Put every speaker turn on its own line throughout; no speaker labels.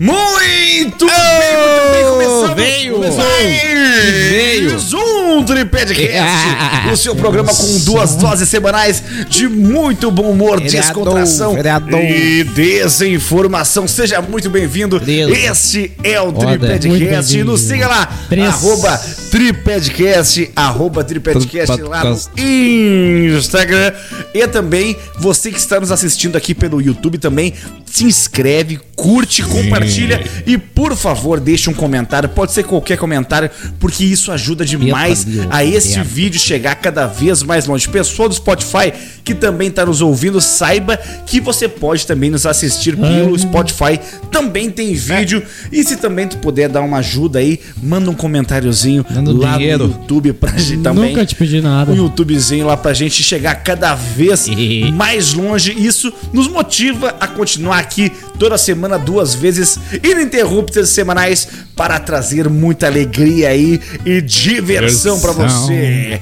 Muito bem, muito bem, começando.
veio.
começou mais um Tripedcast, o seu programa com duas doses semanais de muito bom humor,
Vereador,
descontração
vereador.
e desinformação. Seja muito bem-vindo.
Beleza.
Este é o
Foda.
Muito
Tripedcast.
bem-vindo.
Nos siga lá,
Três.
arroba Tripedcast, arroba Tripedcast lá no
Podcast.
Instagram. E é também, você que está nos assistindo aqui pelo YouTube também, se inscreve, curte, compartilha e, por favor, deixe um comentário. Pode ser qualquer comentário, porque isso ajuda demais
Deus,
a esse
merda.
vídeo chegar cada vez mais longe. Pessoa do Spotify que também está nos ouvindo, saiba que você pode também nos assistir
Hum.
pelo Spotify. Também tem vídeo. E se também tu puder dar uma ajuda aí, manda um comentáriozinho
Manda um
lá
dinheiro.
no YouTube pra gente também
Nunca te pedi
Tá
nada.
um YouTubezinho lá pra gente chegar cada vez
Hehe.
mais longe. Isso nos motiva a continuar aqui toda semana, duas vezes ininterruptas semanais, para trazer muita alegria aí e diversão pra
Diversão.
você.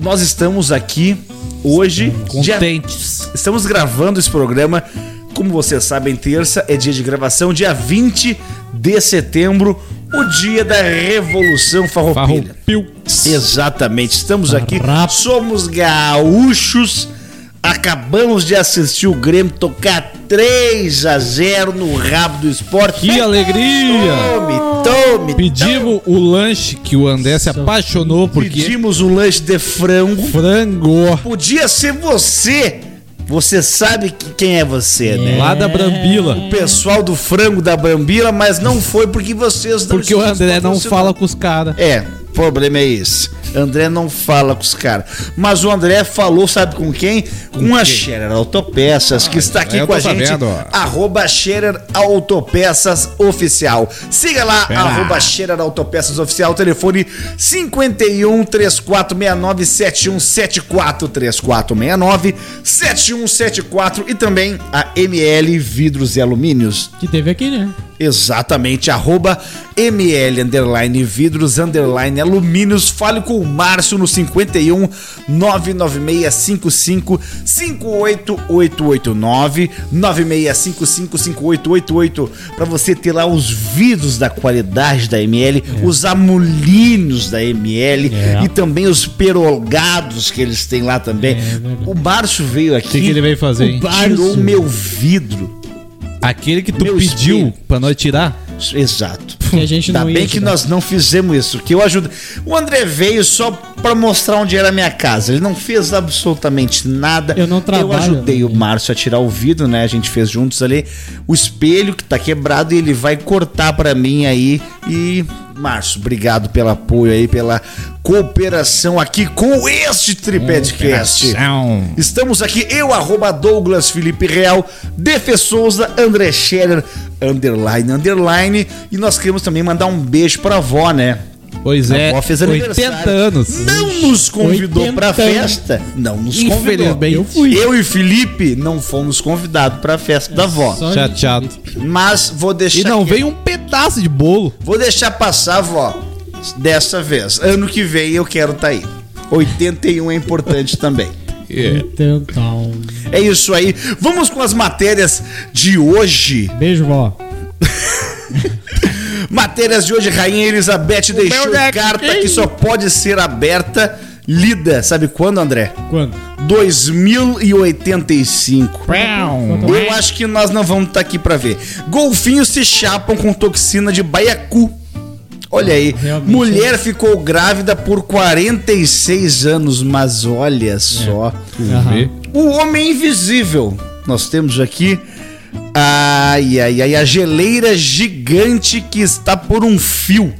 Nós estamos aqui hoje, dia
Contentes.
Estamos gravando esse programa, como vocês sabem, terça é dia de gravação, dia 20 de setembro, o dia da Revolução Farroupilha.
Farroupil.
Exatamente, estamos
Tá
aqui,
Rap-
somos gaúchos, acabamos de assistir o Grêmio tocar 3 a 0 no rabo do esporte.
Que alegria!
Tome, tome,
Pedimos o lanche que o André se apaixonou
tome.
porque
Pedimos um lanche de frango.
frango
Podia ser você. Você sabe que- quem é você, né?
lá da Brambila.
pessoal do frango da Brambila, mas não foi porque vocês não
Porque o
estão
André não
patrocinando.
fala com os caras.
É, o problema é esse. André não fala com os caras. Mas o André falou, sabe com quem? Com, a Scherer Autopeças, que está aqui
Ah, eu
com
tô
a gente.
sabendo, ó.
Arroba Scherer Autopeças Oficial. Siga lá,
Pera.
arroba Scherer Autopeças Oficial, telefone 51 3469 7174 3469 7174 e também a ML Vidros e Alumínios.
Que teve aqui, né?
Exatamente, arroba ML underline vidros underline alumínios. Fale com o Márcio no 51 99655 58889 9655 5888 para você ter lá os vidros da qualidade da ML,
É.
os amolíneos da ML
É.
e também os perolgados que eles têm lá também. o Márcio veio aqui.
É que ele veio fazer, hein?
Tirou
Márcio.
o meu vidro.
Aquele que tu
Meu
pediu
espelho.
pra nós tirar.
Exato.
Que a gente
Ainda
não ia
bem que
ajudar.
nós não fizemos isso, que eu ajudo. O André veio só pra mostrar onde era a minha casa. Ele não fez absolutamente nada.
Eu não trabalho,
Eu ajudei
né?
o Márcio a tirar o vidro, né? A gente fez juntos ali o espelho que tá quebrado e ele vai cortar pra mim aí. E Márcio, obrigado pelo apoio aí, pela cooperação aqui com este
Um
Tripedcast.
Cooperação.
Estamos aqui, eu, arroba Douglas Felipe Real, DF Souza, André Scherer, underline, underline. E nós queremos também mandar um beijo pra avó, né?
Pois é,
A avó fez
80
aniversário.
anos.
Não nos convidou pra
80
festa. Não nos convidou.
Infelizmente.
Eu fui.
Eu e Felipe não fomos convidados pra festa da avó.
Só
Chateado.
Mas vou deixar.
É E não
que-
veio um pedaço de bolo.
Vou deixar passar, vó. Dessa vez. Ano que vem eu quero tá aí. 81 é importante também.
Então, então.
É isso aí. Vamos com as matérias de hoje.
Beijo, vó.
Matérias de hoje, Rainha Elizabeth deixou
deck.
carta que só pode ser aberta, lida, sabe quando, André?
Quando?
2085. Eu acho que nós não vamos estar aqui pra ver. Golfinhos se chapam com toxina de baiacu. Olha aí,
Realmente, né?
mulher ficou grávida por 46 anos, mas olha só.
É. Aham.
O Homem Invisível. Nós temos aqui. Ai, ai, ai, a geleira gigante que está por um fio.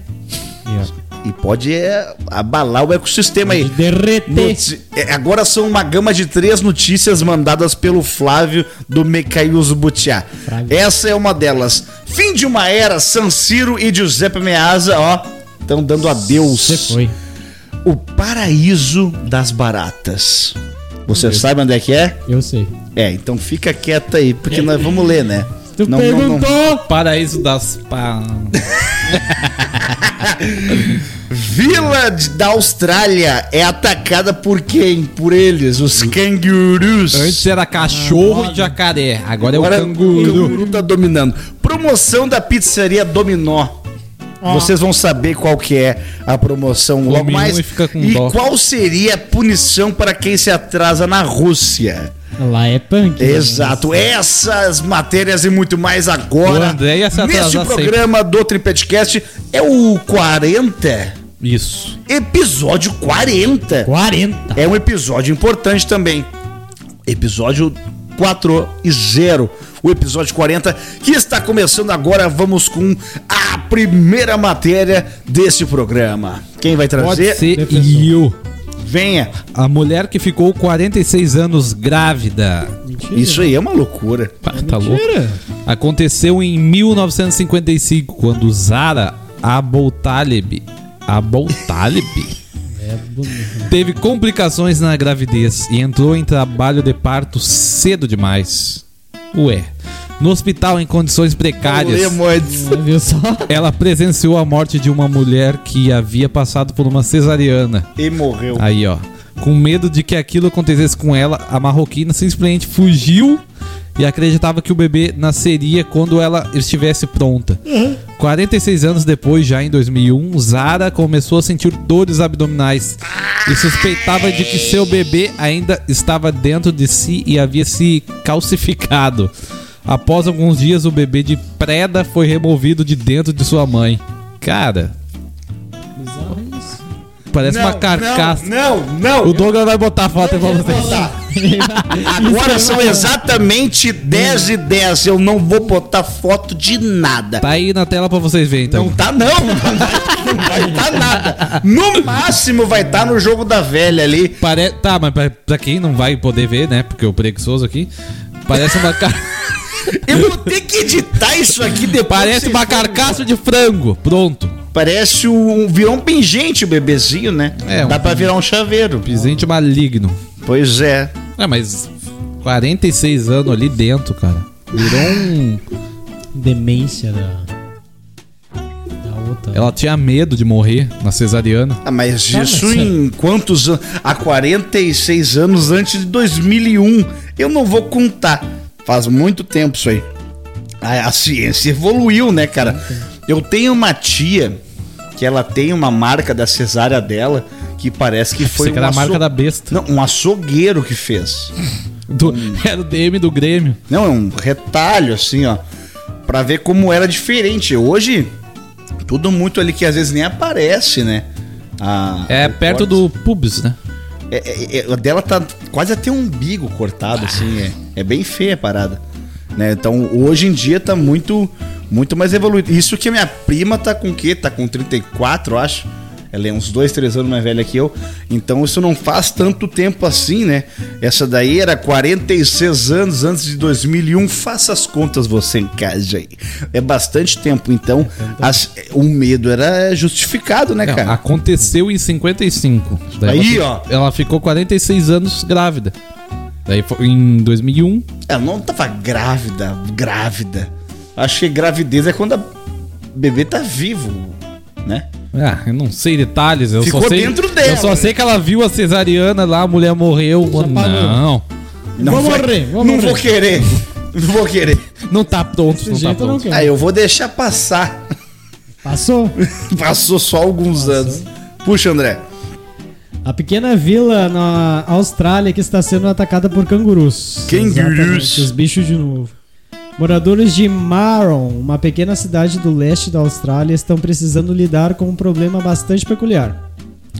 E pode é, abalar o ecossistema aí.
Derreter.
Noti- é, Agora são uma gama de três notícias mandadas pelo Flávio do Mecaius Butiá.
Flávio.
Essa é uma delas. Fim de uma era, San Ciro e Giuseppe Meazza, ó, estão dando adeus.
Você foi.
O paraíso das baratas. Você sabe onde é que é?
Eu sei.
É, então fica quieta aí,
É.
porque nós vamos ler, né?
Tu
Não, não, não.
perguntou.
Paraíso das pa...
Vila de- da Austrália é atacada por quem? Por eles, os
Hum.
cangurus.
Antes era cachorro e jacaré, agora é o
Agora,
canguru.
tá dominando. promoção da pizzaria Dominó.
Ó.
Vocês vão saber qual que é a promoção logo
Come um
mais.
e fica com
e
dó.
qual seria a punição para quem se atrasa na Rússia?
Lá é punk. né?
Exato. Essas matérias e muito mais agora.
O André ia se atrasar
Neste
sempre.
programa do Tripedcast é o 40,
Isso.
episódio 40.
40.
É um episódio importante também. Episódio 4 e 0. O episódio 40 que está começando agora. Vamos com a primeira matéria deste programa. Quem vai
Pode
trazer?
ser
Defensor.
eu.
Venha.
A mulher que ficou 46 anos grávida.
Mentira.
Isso aí é uma loucura.
Pá, tá louco?
Mentira.
Aconteceu em 1955, quando Zara Aboutaleb. Aboutaleb?
É bonito.
Teve complicações na gravidez e entrou em trabalho de parto cedo demais. Ué. No hospital, em condições precárias,
Lemoides.
Mas Viu só?
ela presenciou a morte de uma mulher que havia passado por uma cesariana.
E morreu.
Aí, ó. Com medo de que aquilo acontecesse com ela, a marroquina simplesmente fugiu e acreditava que o bebê nasceria quando ela estivesse pronta. 46 anos depois, já em 2001, Zara começou a sentir dores abdominais e suspeitava de que seu bebê ainda estava dentro de si e havia se calcificado. Após alguns dias, o bebê de preda foi removido de dentro de sua mãe. Cara,
Bizarro é isso.
parece uma carcaça.
Não, não.
O Douglas vai botar a foto aí pra vocês.
Agora são exatamente 10 e 10. Eu não vou botar foto de nada.
Tá aí na tela pra vocês verem, então.
Não tá não, não vai- não vai tá nada. No máximo vai estar no jogo da velha ali.
Pare... Tá, mas pra, pra quem não vai poder ver, né? Porque o preguiçoso aqui. Parece uma, car-
Eu vou ter que editar isso aqui depois.
parece uma carcaça de frango. Pronto.
Parece um virou um pingente o bebezinho, né?
É,
Dá
um-
pra virar um chaveiro.
Presente maligno.
Pois é.
É, mas 46 anos ali dentro, cara. Virou um.
Demência da. Da outra.
Ela tinha medo de morrer na cesariana.
Ah, mas
Tá,
isso
é.
mas-
em quantos anos? Há 46 anos antes de 2001. Eu não vou contar. Faz muito tempo isso aí. A, a ciência evoluiu, né, cara? Eu tenho uma tia que ela tem uma marca da cesárea dela que parece que foi
Foi que era
um
a marca
aço-
da besta.
Não, um açougueiro que fez.
Do-
Hum.
Era o DM do Grêmio.
Não, é um retalho, assim, ó. Pra ver como era diferente. Hoje, tudo muito ali que às vezes nem aparece, né? A-
É
o
perto
corte.
do pubis, né?
É, é, é, a dela tá quase até um umbigo cortado, assim. É, é bem feia a parada. Né? Então, hoje em dia tá muito, muito mais evoluído. Isso que a minha prima tá com o quê? Tá com 34, eu acho. Ela é uns 2, 3 anos mais velha que eu. Então, isso não faz tanto tempo assim, né? Essa daí era 46 anos antes de 2001. Faça as contas você em casa aí. É bastante tempo. Então, as- o medo era justificado, né,
Não,
cara?
aconteceu em 55. Daí
Aí, ó.
ela, Ela ficou 46 anos grávida. Daí foi em 2001.
Ela não tava grávida, grávida. Acho que gravidez é quando a- o bebê tá vivo, né?
Ah, eu não sei detalhes. Eu
Ficou
só sei,
dentro dela,
Eu só
né?
sei que ela viu a cesariana lá, a mulher morreu.
apagou.
não,
Não
Vou morrer, vou
Não
morrer.
vou querer. Não vou querer.
não tá pronto.
Desse
Não tá
jeito eu não
pronto.
quero.
Ah, eu vou deixar passar.
Passou.
Passou só alguns anos. Puxa, André.
A pequena vila na Austrália que está sendo atacada por cangurus.
Cangurus.
Exatamente, Os bichos de novo. Moradores de Maron, uma pequena cidade do leste da Austrália, estão precisando lidar com um problema bastante peculiar.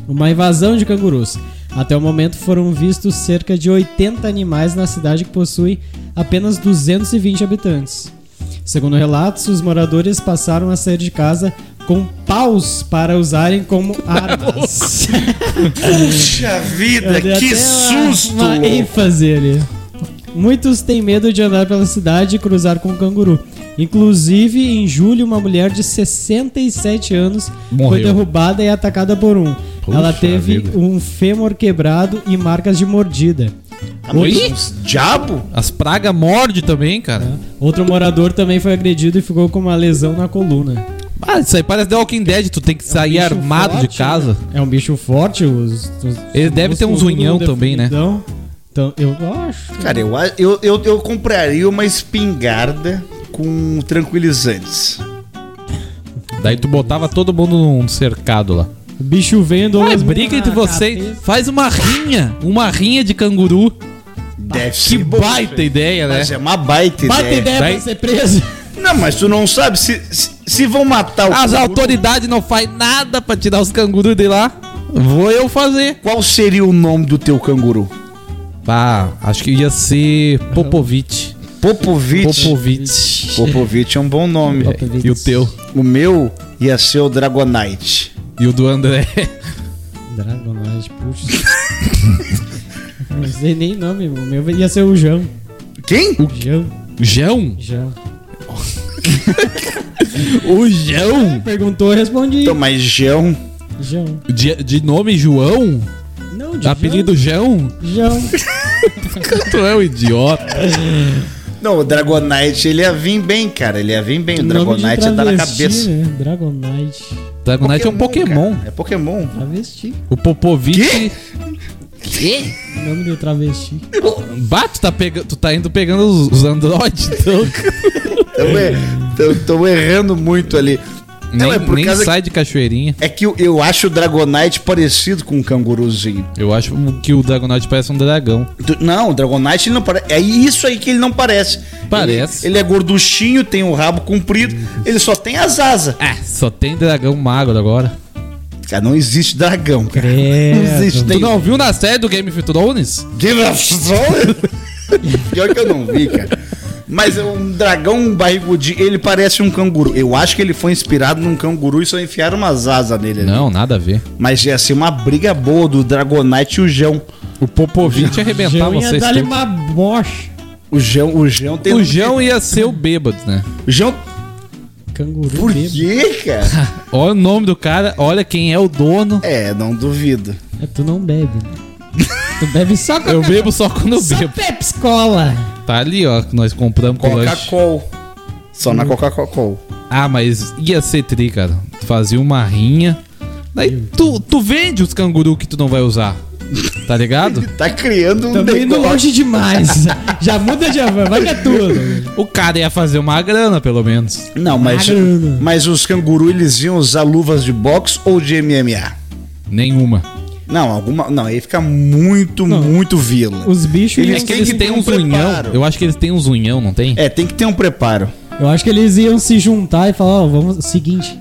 Uma invasão de cangurus. Até o momento foram vistos cerca de 80 animais na cidade que possui apenas 220 habitantes. Segundo relatos, os moradores passaram a sair de casa com paus para usarem como armas.
Puxa
É,
vida,
Eu dei
que
até uma-
susto!
Uma
louco.
ênfase ali. Muitos têm medo de andar pela cidade e cruzar com o canguru. Inclusive, em julho, uma mulher de 67 anos foi
Morreu.
derrubada e atacada por um.
Puxa
Ela teve
vida.
um fêmur quebrado e marcas de mordida.
Ah, mas
Oi?
uns Diabo?
As pragas morde também, cara.
Outro morador também foi agredido e ficou com uma lesão na coluna.
Ah, isso aí parece The Walking Dead. Tu tem que sair
É um Bicho
Tá armado
forte,
de casa.
né? É um bicho forte. Os, os-
Ele
os
deve ter uns
músculos
unhão
tudo
também, né?
definidão. Então, eu acho.
Cara, eu, a- eu, eu, eu compraria uma espingarda com tranquilizantes.
Daí tu botava todo mundo num cercado lá.
O bicho vendo.
Vai, briga entre vocês. Faz uma rinha. Uma rinha de canguru.
Deve
Que baita ideia, né?
Mas é uma baita
Bate
ideia.
ideia
Daí-
pra ser preso.
Não, mas tu não sabe se, se, se vão matar o
As
canguru,
autoridades não fazem nada pra tirar os cangurus de lá. Vou eu fazer.
Qual seria o nome do teu canguru?
Pá, acho que ia ser Popovic.
Popovic.
Popovic.
Popovic é um bom nome.
Popovic.
E o teu?
O meu ia ser o Dragonite.
E o do André?
Dragonite, puxa. Não sei nem nome, o meu ia ser o Jão.
Quem?
Jão,
Jão?
Jão.
O Jão?
Perguntou, eu respondi.
Então, mas Jão.
Jão.
De, de nome João?
Não, de
Tá Apelido Jão?
Jão.
Tu é um idiota.
Não, o Dragonite ele ia vir bem, cara. Ele ia vir bem. O Dragonite
tá
ia dar na cabeça.
Né? Dragonite.
Dragonite é um Pokémon.
cara. É Pokémon.
Travesti.
O Popovic.
Quê?
Nome do travesti.
Bah, tu tá, pega... tu tá indo pegando os, os androides, então.
Eu, er- eu tô errando muito ali. Não,
nem
é por
nem
causa
sai de cachoeirinha.
que- É que eu, eu acho o Dragonite parecido com um canguruzinho.
Eu acho que o Dragonite parece um dragão.
Tu- Não, o Dragonite ele não parece. É isso aí que ele não parece.
Parece.
Ele, ele é gorduchinho, tem o rabo comprido, ele só tem as asas.
Ah, só tem dragão magro agora.
Cara, não existe dragão, cara.
Credo.
Não existe.
Tu não viu na série do Game of Thrones?
Game of Thrones? Pior que eu não vi, cara. Mas é um dragão barrigudinho, ele parece um canguru. Eu acho que ele foi inspirado num canguru e só enfiaram umas asas nele. ali.
Não, nada a ver.
Mas ia ser uma briga boa do Dragonite e o Jão.
O Popovic ia arrebentar
Jão ia
vocês
dar-lhe
todos.
uma bocha.
O Jão, o Jão tem... um
O Jão ia ser o bêbado, né?
O Jão...
Canguru
Por
bêbado.
quê, cara?
Olha o nome do cara, olha quem é o dono.
É, não duvido.
É, tu não bebe. né? tu bebe só
Eu
é?
Coca-Cola.
bebo só quando eu
Só
bebo.
Pepsi Cola.
Tá ali, ó, que nós compramos com lanche.
Coca-Cola. Só na Coca-Cola.
Ah, mas ia ser tri, cara. Tu fazia uma rinha. Daí tu, tu vende os canguru que tu não vai usar. Tá ligado?
Tá criando um
Também indo
negócio.
longe demais. Já muda de van, vai que é tudo.
O cara ia fazer uma grana, pelo menos.
Não, mas,
Magro.
mas os canguru eles iam usar luvas de boxe ou de MMA?
Nenhuma.
Não, alguma. Não, aí fica muito, muito vila.
Os bichos.
Ele
iam-
Mas
Acho É que
tem
eles
que
têm
ter um
uns unhão.
preparo.
Eu acho que eles têm uns unhão, não tem?
É, tem que ter um preparo.
Eu acho que eles iam se juntar e falar, ó, vamos. Seguinte,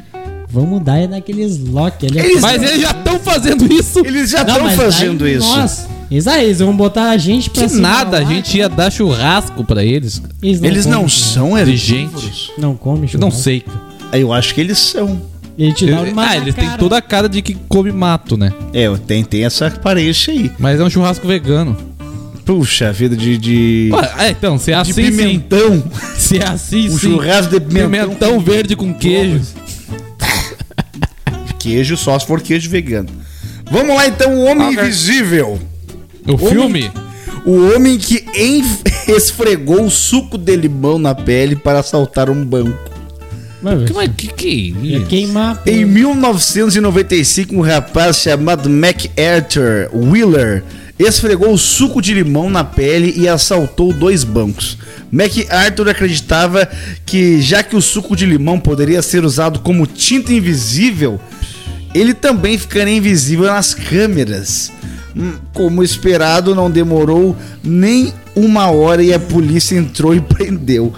vamos dar é naqueles lock ali.
Eles-
Mas eles já estão fazendo isso.
Eles já
Não,
estão
mas
fazendo
daí
isso.
Nós. Eles aí, eles vão botar a gente pra
Que
se
nada, a
falar.
gente ia dar churrasco pra eles.
Eles não
Eles não
comem, né?
são
Inteligentes.
erigentes.
Não come,
Eu não sei. cara.
Eu acho que eles são.
Ele te dá uma
ah,
na
eles têm
cara.
toda a cara de que come mato, né?
É, eu tem, tem essa aparência aí.
Mas é um churrasco vegano.
Puxa, vida de. de...
Ué, é, então, se é
de
assim, sim.
pimentão.
Se é assim,
Um
sim.
churrasco de pimentão.
Pimentão verde com queijo.
Queijo, só se for queijo vegano. Vamos lá então, o Homem Invisível.
O filme?
O homem que en- esfregou o suco de limão na pele para assaltar um banco.
Mas,
Que- Mas que que é
ia
isso?
queimar.
Em
pô.
1995, um rapaz chamado MacArthur Wheeler esfregou o suco de limão na pele e assaltou dois bancos. MacArthur acreditava que, já que o suco de limão poderia ser usado como tinta invisível, ele também ficaria invisível nas câmeras. Hum, Como esperado, não demorou nem uma hora e a polícia entrou e prendeu.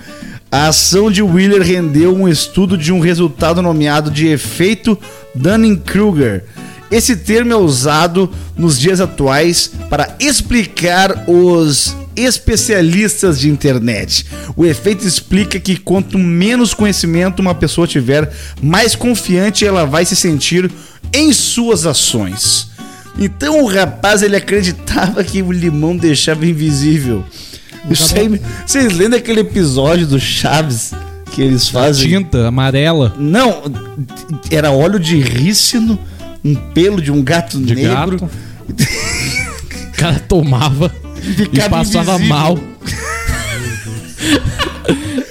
A ação de Wheeler rendeu um estudo de um resultado nomeado de efeito Dunning-Kruger. Esse termo é usado nos dias atuais para explicar os especialistas de internet. O efeito explica que quanto menos conhecimento uma pessoa tiver, mais confiante ela vai se sentir em suas ações. Então o rapaz ele acreditava que o limão deixava invisível. Isso aí- vocês lembram daquele episódio do Chaves que eles fazem?
Tinta amarela.
Não, era óleo de rícino, um pelo de um gato
De
negro.
gato. O cara tomava e
Ficava
passava
invisível.
mal.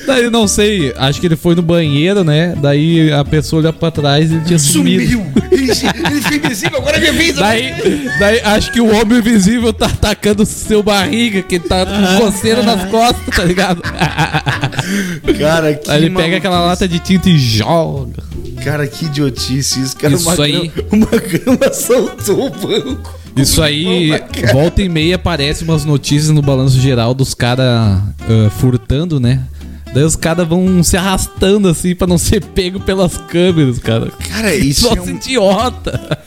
Daí não sei, acho que ele foi no banheiro, né? Daí a pessoa olhou pra trás e ele tinha sumido.
Sumiu! Ele, ele ficou invisível, agora é minha vez!
Daí, daí acho que o homem invisível
Ah.
tá atacando o seu barriga, que tá com coceira nas costas, tá ligado?
Cara, que
Aí ele pega
maluquice.
aquela lata de tinta e joga.
Cara, que idiotice isso, cara.
Isso
uma
aí.
grama- uma grama soltou o banco.
Isso aí, volta e meia aparece umas notícias no balanço geral dos caras furtando, né? Daí os caras vão se arrastando assim pra não ser pego pelas câmeras, cara.
Cara, isso é
Nossa,
um...
idiota!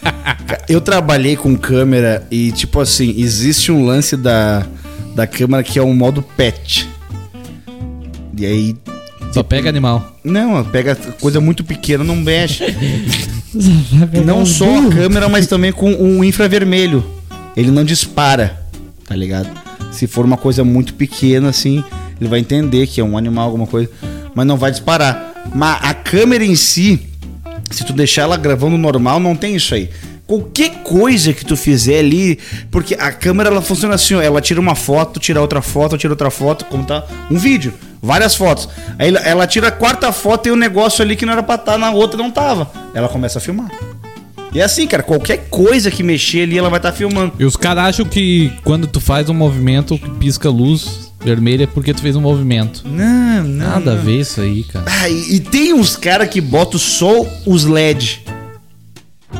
Eu trabalhei com câmera e, tipo assim, existe um lance da, da câmera que é um modo pet. E aí. Tipo,
Só pega animal.
Não, pega coisa muito pequena, não mexe.
Vai pegar
Não
um
só
burro.
a câmera, mas também com um infravermelho. Ele não dispara, tá ligado? Se for uma coisa muito pequena, assim, ele vai entender que é um animal, alguma coisa, mas não vai disparar. Mas a câmera em si, se tu deixar ela gravando normal, não tem isso aí. Qualquer coisa que tu fizer ali, porque a câmera ela funciona assim, ó, ela tira uma foto, tira outra foto, tira outra foto, como tá um vídeo, várias fotos. Aí ela- ela tira a quarta foto e um negócio ali que não era pra estar na outra não tava. Ela começa a filmar. E é assim, cara, qualquer coisa que mexer ali, ela vai estar filmando.
E os caras acham que quando tu faz um movimento que pisca luz vermelha é porque tu fez um movimento.
Não, não.
Nada a ver isso aí, cara.
Ah, e, e tem uns cara que botam só os LED.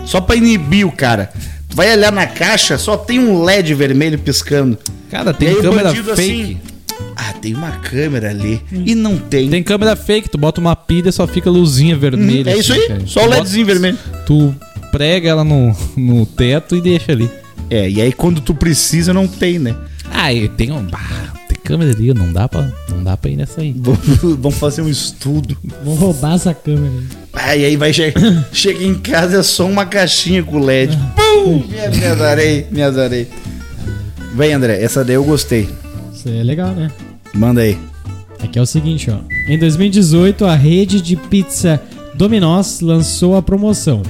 Só pra inibir o cara. Tu vai olhar na caixa, só tem um LED vermelho piscando.
Cara,
E aí
tem
o
câmera
bandido
fake. Hum.
assim, Ah, tem uma câmera ali. E não tem.
Tem câmera fake, tu bota uma pilha e só fica luzinha vermelha.
é isso
assim,
aí,
cara.
só
Tu
o LEDzinho
bota-
vermelho.
Tu prega ela no, no teto e deixa ali.
É, e aí quando tu precisa, não tem, né?
Ah, e tem um. bah, tem câmera ali, não dá pra, não dá pra ir nessa aí.
Vamos vamos fazer um estudo.
Vão roubar essa câmera.
Ah, e aí vai che chega em casa, é só uma caixinha com LED. Pum! Me, me azarei, me azarei. Vem, André, essa daí eu gostei.
Isso aí é legal, né?
Manda aí.
Aqui é o seguinte, ó. Em 2018, a rede de pizza Domino's lançou a promoção.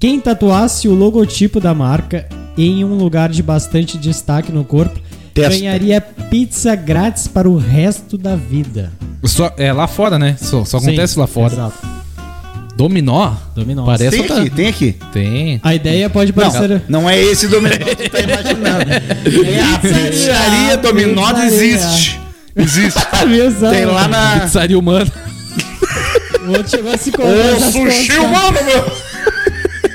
Quem tatuasse o logotipo da marca em um lugar de bastante destaque no corpo
Testa.
ganharia pizza grátis para o resto da vida.
Só, é lá fora, né? Só, só acontece
Sim,
lá fora.
Exato.
Dominó?
Dominó.
Parece
Tem
outra-
aqui, tem aqui.
Tem.
A ideia tá. pode parecer.
Não, não é esse dominó que tu tá imaginando. É a pizzaria dominó
Pizzaria.
existe. Existe.
Exato.
Tem lá na.
Ah. Pizzaria humana.
O outro chegou a se cobrar
Ô,
das
sushi
costas.
humano, meu!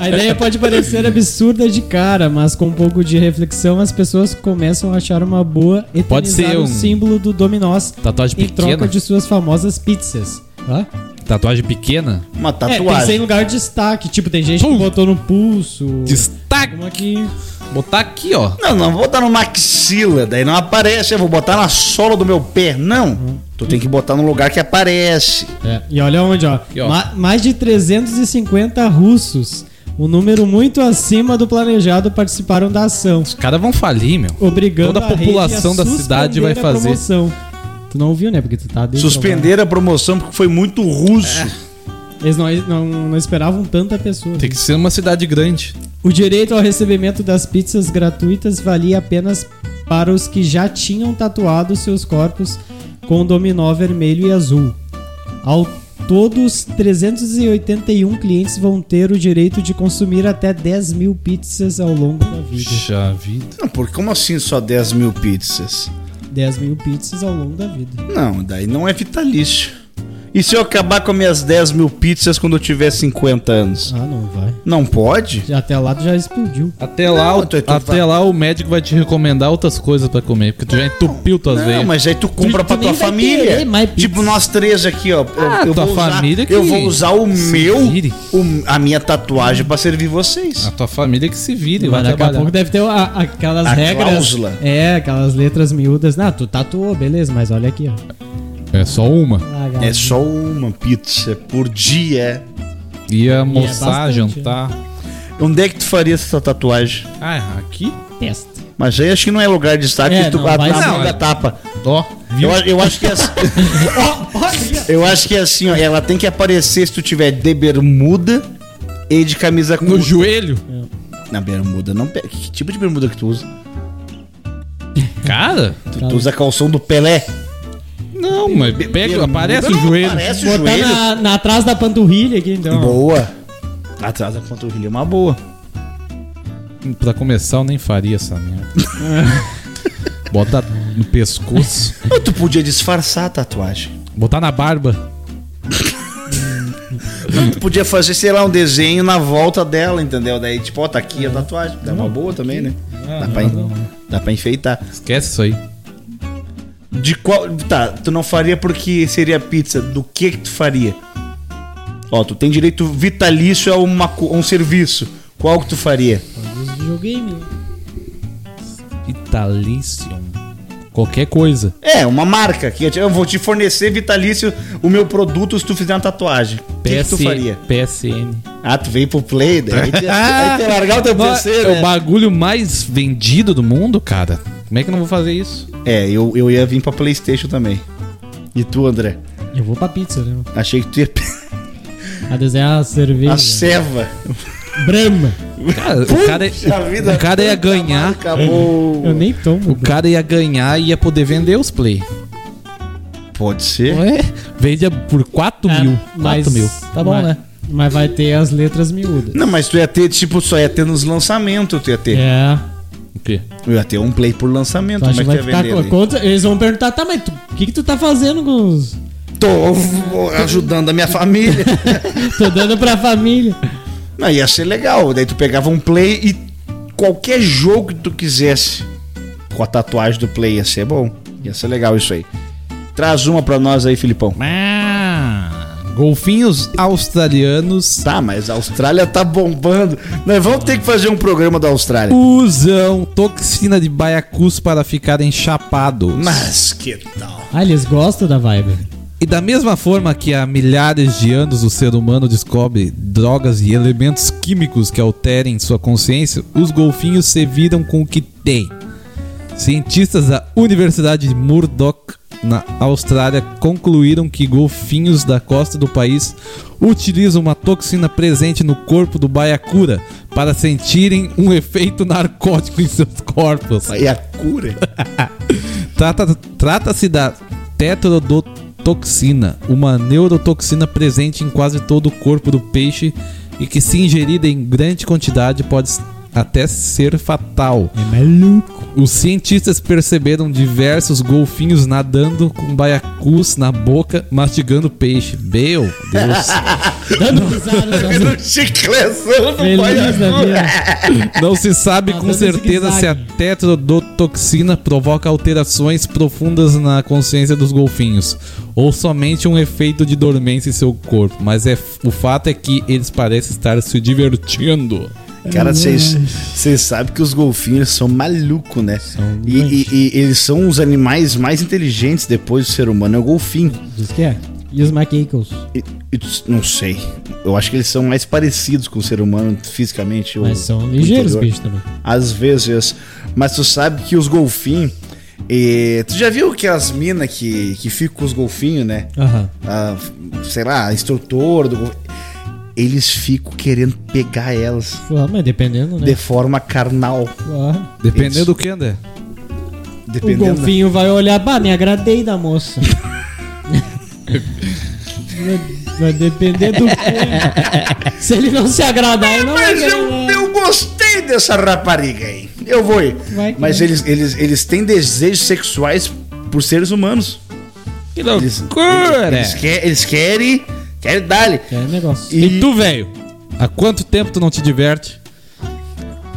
A ideia pode parecer absurda de cara, mas com um pouco de reflexão as pessoas começam a achar uma boa eternizar
Pode ser um-
o símbolo do Dominós
Tatuagem
em troca
pequena.
de suas famosas pizzas. Hã?
Tatuagem pequena.
Uma
É, pensei em
tatuagem.
lugar de destaque, tipo, tem gente
Pum.
que botou no pulso,
Destaque.
uma que...
é Botar aqui, ó.
Não, não, vou botar no maxila, daí não aparece. Eu vou botar na sola do meu pé. Não. Tu tem que botar num lugar que aparece.
É, E olha onde, ó.
ó.
Ma- mais de 350 russos, um número muito acima do planejado, participaram da ação,
Os caras vão falir, meu.
obrigando
Toda a
rede
população da cidade vai
suspender a
fazer.
promoção. Tu não ouviu, né? Porque tu tá dentro.
Suspenderam a promoção porque foi muito russo.
Eles não, não, não esperavam tanta pessoa.
Tem que ser uma cidade grande.
O direito ao recebimento das pizzas gratuitas valia apenas para os que já tinham tatuado seus corpos com dominó vermelho e azul. Ao todos, 381 clientes vão ter o direito de consumir até 10 mil pizzas ao longo da vida.
Puxa vida.
Não, porque como assim só 10 mil pizzas?
10 mil pizzas ao longo da vida.
Não, daí não é vitalício. E se eu acabar com as minhas 10 mil pizzas quando eu tiver 50 anos?
Ah, não vai.
Não pode?
Já Até lá tu já explodiu.
Até lá,
Não,
o,
tu- é tu
até
vai-
lá o médico vai te recomendar outras coisas pra comer, porque tu já entupiu tuas
Não,
veias.
mas aí tu compra
Tu- tu
pra
nem
tua
vai
família.
querer mais pizza.
Tipo nós três aqui, ó. Eu,
Ah,
eu
tua
vou usar,
família que
Eu vou usar o
se
meu,
vire.
o- a minha tatuagem pra servir vocês.
A tua família é que se vire, vai
Mas daqui a
trabalhar.
pouco deve ter a- aquelas
A
regras.
cláusula.
É, aquelas letras miúdas. Ah, tu tatuou, beleza, mas olha aqui, ó.
É só uma.
Ah,
É
galera.
só uma pizza por dia.
E almoçar,
bastante,
jantar.
Onde é que tu faria essa tatuagem?
Ah, aqui?
Testa.
Mas aí acho que não é lugar de destaque,
É,
tu
não,
vai
vai
na
ser.
mão da tapa.
Ó, viu?
Eu, a- eu acho que é assim, eu acho que é assim, ó, ela tem que aparecer se tu tiver de bermuda e de camisa curta.
No joelho.
Na bermuda não pega. Que tipo de bermuda que tu usa?
Cara?
Tu, tu usa calção do Pelé?
Não, mas pega,
Bermuda
É aparece o
não
joelho.
Aparece o
Botar
joelho.
Tá na, na- atrás da panturrilha aqui, então.
Boa. Atrás da panturrilha é uma boa.
Pra começar, eu nem faria essa merda. Bota no pescoço.
Mas tu podia disfarçar a tatuagem.
Botar na barba.
Tu podia fazer, sei lá, um desenho na volta dela, entendeu? Daí, tipo, ó, tá aqui
É.
a tatuagem. Dá uma boa também, né?
Ah,
Dá pra, en- dá pra enfeitar.
Esquece isso aí.
De qual. Tá, tu não faria porque seria pizza. Do que que tu faria? Ó, tu tem direito vitalício a, uma, co- a um serviço. Qual que tu faria?
Os videogame.
Vitalicium. Qualquer coisa.
É, uma marca. Que eu te- eu vou te fornecer vitalício o meu produto se tu fizer uma tatuagem. O que, que tu
PS
faria?
PSN.
Ah, tu veio pro Play, daí aí te- aí te largar o teu PC,
É o
né?
bagulho mais vendido do mundo, cara. Como é que eu não vou fazer isso?
É, eu, eu ia vir pra Playstation também. E tu, André?
Eu vou pra pizza, né?
Achei que tu ia
A desenhar a cerveja.
a ceva.
Brahma.
Cara, o cara, é-
Puxa vida,
o cara ia
tanta
ganhar.
marca boa.
Eu nem tomo.
O cara ia ganhar e ia poder vender os play.
Pode ser.
Ué, vende por 4
É,
mil. 4 mil. É? Tá bom,
mas-
né?
Mas vai ter as letras miúdas.
Não, mas tu ia ter, tipo, só ia ter nos lançamentos, tu ia ter.
É.
O quê?
Eu ia ter um play por lançamento,
Tu
mas
acha que
tu
vai
ia
ficar
vender.
com
ali.
quantos- Eles vão perguntar, tá, mas tu- o que, que tu tá fazendo com os.
Tô ajudando a minha família.
Tô dando pra família.
Não, ia ser legal. Daí tu pegava um play e qualquer jogo que tu quisesse com a tatuagem do play ia ser bom. Ia ser legal isso aí. Traz uma pra nós aí, Filipão.
Ah, golfinhos australianos
Tá, mas a Austrália tá bombando. Nós vamos ter que fazer um programa da Austrália.
usam toxina de baiacus para ficarem chapados.
Mas que tal?
Ah, eles gostam da vibe.
E da mesma forma que há milhares de anos o ser humano descobre drogas e elementos químicos que alterem sua consciência, os golfinhos se viram com o que têm. Cientistas da Universidade de Murdoch, na Austrália, concluíram que golfinhos da costa do país utilizam uma toxina presente no corpo do baiacura para sentirem um efeito narcótico em seus corpos.
Aí a cura.
Trata- Trata-se da tetrodotoxina, uma neurotoxina presente em quase todo o corpo do peixe e que, se ingerida em grande quantidade, pode s- até ser fatal.
É maluco.
Os cientistas perceberam diversos golfinhos nadando com baiacus na boca, mastigando peixe. Meu Deus!
Dando risadas. assim.
Virou chiclezão no
Feliz da
banho.
vida.
Não se sabe
Tá
com
Nadando
certeza se a
zigue-zague.
tetrodotoxina provoca alterações profundas na consciência dos golfinhos ou somente um efeito de dormência em seu corpo, mas é, o fato é que eles parecem estar se divertindo.
Cara, vocês vocês sabem que os golfinhos são malucos, né? e, e- e eles são os animais mais inteligentes depois do ser humano, é o golfinho.
Diz que é. E os macaqueiros.
E- e tu- não sei. Eu acho que eles são mais parecidos com o ser humano fisicamente. ou
Mas são
no
ligeiros,
interior.
bicho também.
Às vezes. Mas tu sabe que os golfinhos. eh, tu já viu que as minas que, que ficam com os golfinhos, né?
Aham.
a, sei lá, instrutor do gov- eles ficam querendo pegar elas
Ah, mas dependendo, né?
de forma carnal,
Ah.
Dependendo
Isso.
do que, André.
O
dependendo. da-
golfinho vai olhar, bah, me agradei da moça. Vai- vai depender do que. Se ele não se agradar, ele não é vai
Mas eu,
agradar.
eu gostei dessa rapariga aí. Eu vou ir.
Vai que
Mas
vai.
eles, eles, eles têm desejos sexuais por seres humanos.
Que
Eles,
É.
eles, eles, que- eles querem. Querem dar-lhe.
É negócio.
E tu, velho? Há quanto tempo tu não te diverte?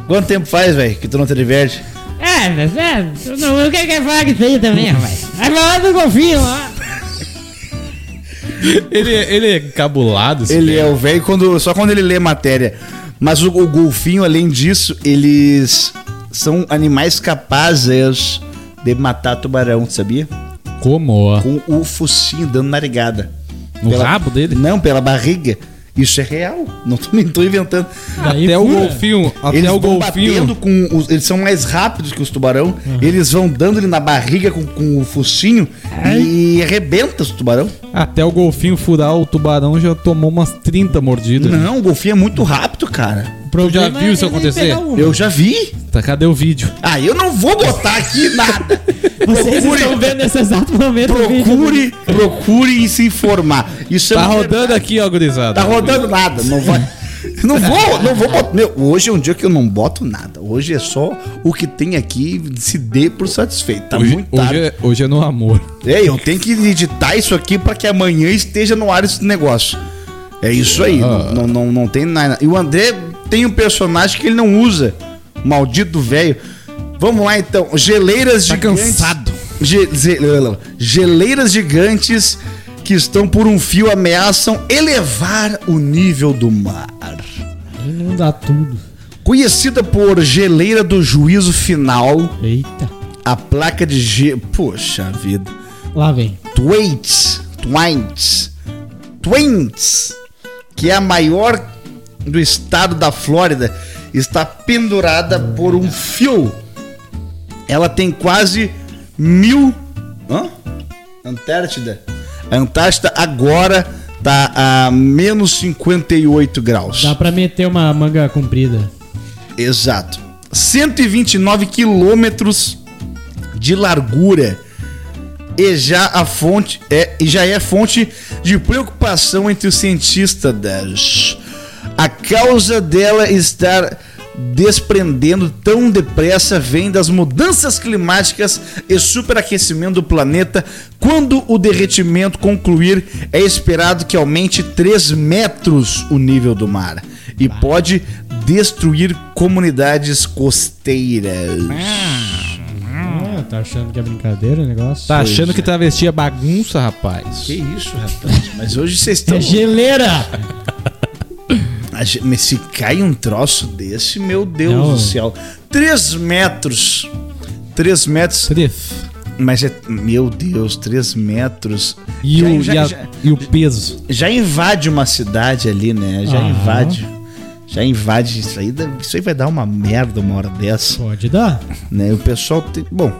Quanto tempo faz, velho, que tu não te diverte?
É, mas é, tu não quer que falar que tem também, rapaz. Vai falar do golfinho lá.
Ele, ele é cabulado, esse
Ele é o velho quando, só quando ele lê matéria. Mas o, o golfinho, além disso, eles são animais capazes de matar tubarão, sabia?
velho. Como? ó?
Com o focinho dando narigada.
No rabo dele?
Não, pela barriga. Isso é real. Não tô, nem tô inventando.
Daí
Até o
fura.
golfinho. Até
eles
o
vão
golfinho.
batendo com os, Eles são mais rápidos que os tubarão. Eles vão dando ele na barriga com, com o focinho
É.
e arrebenta os tubarão.
Até o golfinho furar o tubarão já tomou umas 30 mordidas.
Não, o golfinho é muito rápido, cara.
O problema
Já viu
é
isso
ele
acontecer?
pegar uma.
Eu já vi.
Tá, cadê o vídeo?
Ah, eu não vou botar aqui nada.
Vocês
Procure.
estão vendo nesse exato momento o vídeo.
Procure, procure e se informar. Isso é
Tá
uma-
rodando aqui, ó, gurizada.
Tá rodando nada, não vai. Não vou, não vou botar. Meu, hoje é um dia que eu não boto nada. Hoje é só o que tem aqui se dê por satisfeito. Tá
hoje,
muito tarde.
hoje é, hoje é no amor.
É, eu tenho que editar isso aqui pra que amanhã esteja no ar esse negócio. É isso
Ah.
aí, não, não, não, não tem nada. E o André tem um personagem que ele não usa. Maldito velho. Vamos lá então, geleiras
Tá
gigantes.
cansado.
Ge- ze- geleiras gigantes que estão por um fio ameaçam elevar o nível do mar.
Ele não dá tudo.
Conhecida por geleira do juízo final,
Eita.
a placa de ge... Poxa vida.
Lá vem.
Tweets, Twints, Twins, que é a maior do estado da Flórida, está pendurada por um fio. Ela tem quase mil. Hã? Antártida. A Antártida agora tá a menos 58 graus.
Dá pra meter uma manga comprida.
Exato. 129 quilômetros de largura. E já a fonte é e já é fonte de preocupação entre os cientistas. A causa dela estar desprendendo tão depressa vem das mudanças climáticas e superaquecimento do planeta. Quando o derretimento concluir, é esperado que aumente 3 metros o nível do mar e pode destruir comunidades costeiras.
Ah, tá achando que é brincadeira o negócio?
Tá achando que travesti é bagunça, rapaz?
Que isso, rapaz? Mas hoje vocês estão.
É geleira!
A ge- Mas se cai um troço desse, meu Deus
Não.
do céu. 3 metros. 3 metros.
Tref.
Mas é. Meu Deus, 3 metros.
E,
já,
o,
já-
e, a-
já-
e o peso.
já invade uma cidade ali, né? Já
Ah.
invade. Já invade isso aí. dá- Isso aí vai dar uma merda uma hora dessa.
Pode dar.
Né? O pessoal tem. Bom,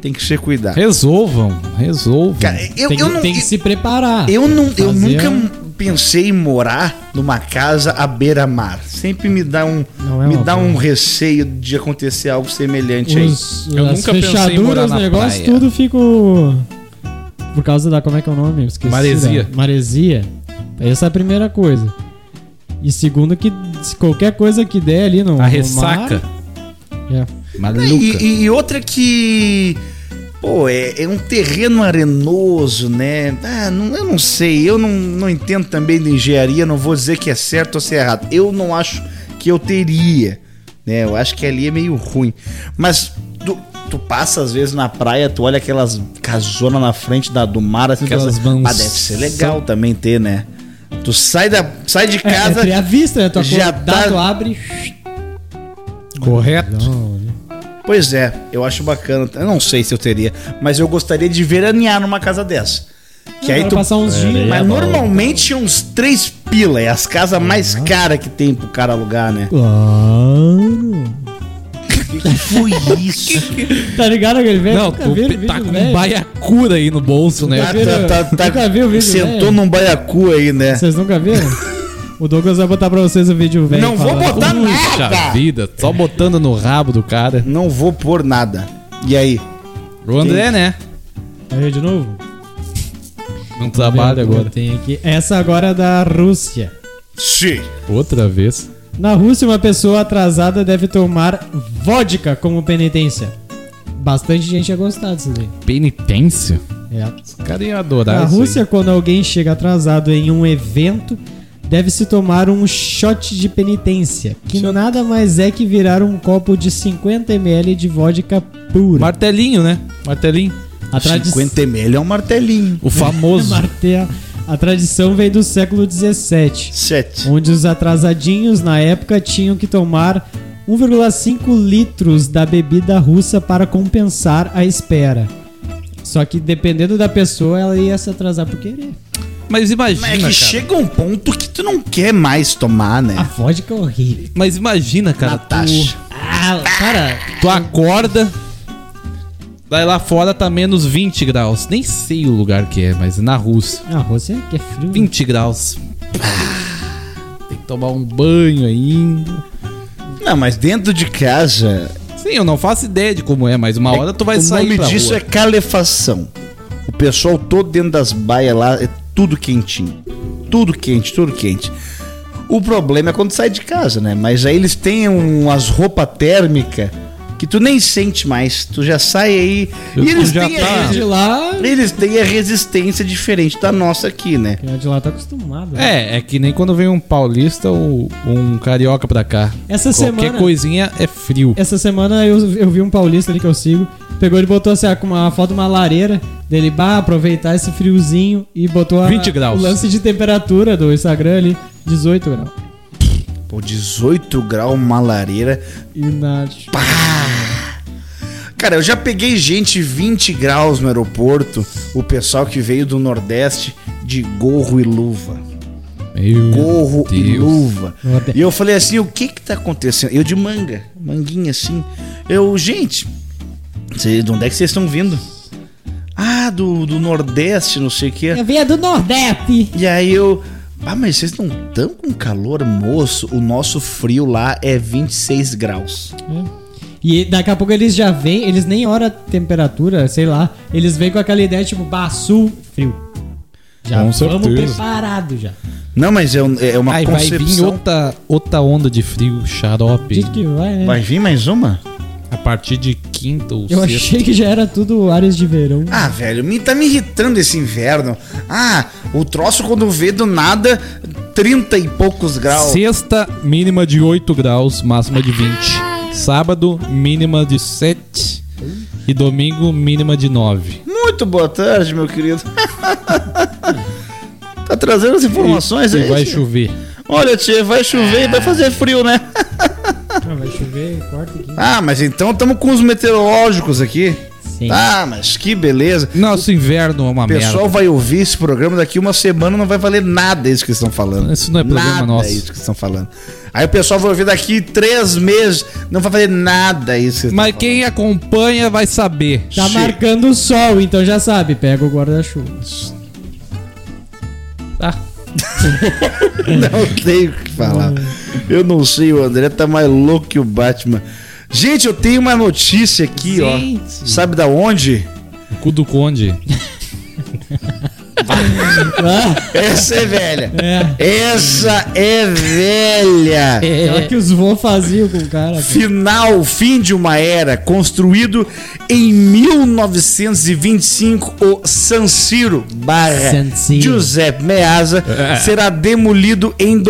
tem que ser cuidado.
Resolvam, resolvam.
Cara, eu,
tem,
eu
que-
não.
tem que se preparar.
Eu, não, eu
Fazer
nunca
um-
pensei em morar numa casa à beira-mar. Sempre me dá um
Não é
me
uma
dá
boa.
um receio de acontecer algo semelhante aí.
Os,
Eu
as
nunca pensei em morar
fechaduras,
na
o negócio,
praia.
tudo fica. Por causa da. Como é que é o nome? Eu esqueci.
Maresia.
da- Maresia. Essa é a primeira coisa. E segundo, que se qualquer coisa que der ali no.
A
no
ressaca.
mar- é.
Maluca.
E, e- e outra que pô, é, é um terreno arenoso, né? Ah, não, eu não sei, eu não, não entendo também de engenharia, não vou dizer que é certo ou se é errado. Eu não acho que eu teria, né? Eu acho que ali é meio ruim. Mas tu, tu passa às vezes na praia, tu olha aquelas casonas na frente da, do mar, assim,
Aquelas
tu pensa, Ah,
mansão.
deve ser legal também ter, né? Tu sai, da, sai de
É,
casa...
é ter a vista, né? Tua
já
já
tá-
tu abre.
Correto?
Não, né?
Pois é, eu acho bacana. Eu não sei se eu teria, mas eu gostaria de veranear numa casa dessa. Que
Não,
aí
pra
tu... É,
passar uns dias.
Mas
né?
normalmente é uns três pila, é as casas mais caras que tem pro cara alugar, né?
Claro.
Foi isso.
Tá ligado aquele velho?
Não,
Nunca
tu
viram o
tá com
vídeo do velho?
um baiacura aí no bolso, né?
tá, tá, tá, tá,
Nunca vi o vídeo,
sentou
né?
num baiacu aí, né?
Vocês nunca viram? o Douglas vai botar pra vocês o vídeo velho.
Não vou
falando.
botar
Puxa
nada.
vida, só botando no rabo do cara.
Não vou pôr nada. E aí?
O André, né?
Aí eu de novo?
Não trabalha
Vamos ver o
agora.
que Tem aqui. Essa agora é da Rússia.
Sim.
Outra vez.
Na Rússia, uma pessoa atrasada deve tomar vodka como penitência. Bastante gente ia gostar disso daí.
Penitência?
É.
Os caras iam adorar
Na
isso aí.
Rússia, quando alguém chega atrasado em um evento, deve-se tomar um shot de penitência, que nada mais é que virar um copo de 50ml de vodka pura.
Martelinho, né? Martelinho.
A tradi-
50 ml é um martelinho.
O famoso.
Marte- A tradição vem do século XVII,
Sete.
onde os atrasadinhos na época tinham que tomar 1,5 litros da bebida russa para compensar a espera. Só que dependendo da pessoa, ela ia se atrasar por querer.
Mas imagina,
Mas é que
cara.
chega um ponto que tu não quer mais tomar,
A
né?
vodka é horrível.
Mas imagina, cara.
Natasha.
Ah, cara,
Tu, tu acorda. Daí lá fora tá menos 20 graus. Nem sei o lugar que é, mas na Rússia.
a Rússia é que é frio. né?
20 graus. Pá. Tem que tomar um banho ainda.
Não, mas dentro de casa
Sim, eu não faço ideia de como é, mas uma hora tu vai
o
sair
nome
pra
disso
rua.
é calefação. O pessoal todo dentro das baias lá é tudo quentinho. Tudo quente, tudo quente. O problema é quando sai de casa, né? Mas aí eles têm um, umas roupas térmicas que tu nem sente mais. Tu já sai aí.
Eu-
e eles
tu já
têm,
tá-
a
De
resi-
lá.
eles têm a resistência diferente da nossa aqui, né?
Quem é de lá tá acostumado. né?
É, é que nem quando vem um paulista ou um carioca pra cá.
Essa
Qualquer
semana.
coisinha é frio.
Essa semana eu, eu vi um paulista ali que eu sigo. Pegou e botou assim, ah, com uma foto de uma lareira dele, bah, aproveitar esse friozinho e botou a-
20 graus.
o lance de temperatura do Instagram ali, 18 graus.
Pô, 18 graus, uma lareira.
E na.
Cara, eu já peguei gente 20 graus no aeroporto. O pessoal que veio do Nordeste de gorro e luva.
Meu
É gorro e
Deus.
luva.
Nordeste.
E eu falei assim, o que que tá acontecendo? Eu de manga, manguinha assim. Eu, gente, cê- de onde é que vocês estão vindo? Ah, do, do Nordeste, não sei o quê.
vinha do Nordeste!
E aí eu... Ah, mas vocês não tão com calor, moço? O nosso frio lá é 26 graus.
E daqui a pouco eles já vêm, eles nem hora a temperatura, sei lá. Eles vêm com aquela ideia tipo, bah, sul, frio. Já
Com
vamos
certeza.
preparado já.
Não, mas é, um- é uma
Aí vai vir
concepção...
outra, outra onda de frio, xarope.
Diz que vai, né?
Vai vir mais uma?
A partir de quinta ou
Eu
sexta.
achei que já era tudo áreas de verão.
Ah, velho, me tá me irritando esse inverno. Ah, o troço quando vê do nada 30 e poucos graus.
Sexta, mínima de 8 graus, máxima de 20. Sábado, mínima de 7. E domingo, mínima de 9.
Muito boa tarde, meu querido. tá trazendo as informações
e
aí?
vai
tio?
chover.
Olha, tia, vai chover e vai fazer frio, né?
Ah, vai chover, corta aqui.
ah, mas então estamos com os meteorológicos aqui.
Sim.
Ah, mas que beleza.
Nosso inverno é uma
O pessoal
merda.
vai ouvir esse programa daqui uma semana, não vai valer nada isso que eles estão falando.
Isso não é problema
nada
nosso.
isso que estão falando. Aí o pessoal vai ouvir daqui três meses, não vai valer nada isso que eles
Mas
estão
quem acompanha vai saber.
Tá
Sim.
marcando o sol, então já sabe, pega o guarda-chuva.
Tá.
Não tenho o que falar. Eu não sei, o André tá mais louco que o Batman. Gente, eu tenho uma notícia aqui, ó.
Gente.
Sabe da onde?
Cu do Conde.
Ah,
Essa é velha.
é.
Essa é velha.
é.
Aquela É que os vô faziam com o cara. cara.
Final, fim de uma era, construído em 1925, o San Siro barra
San Siro. É.
Giuseppe Meazza será demolido em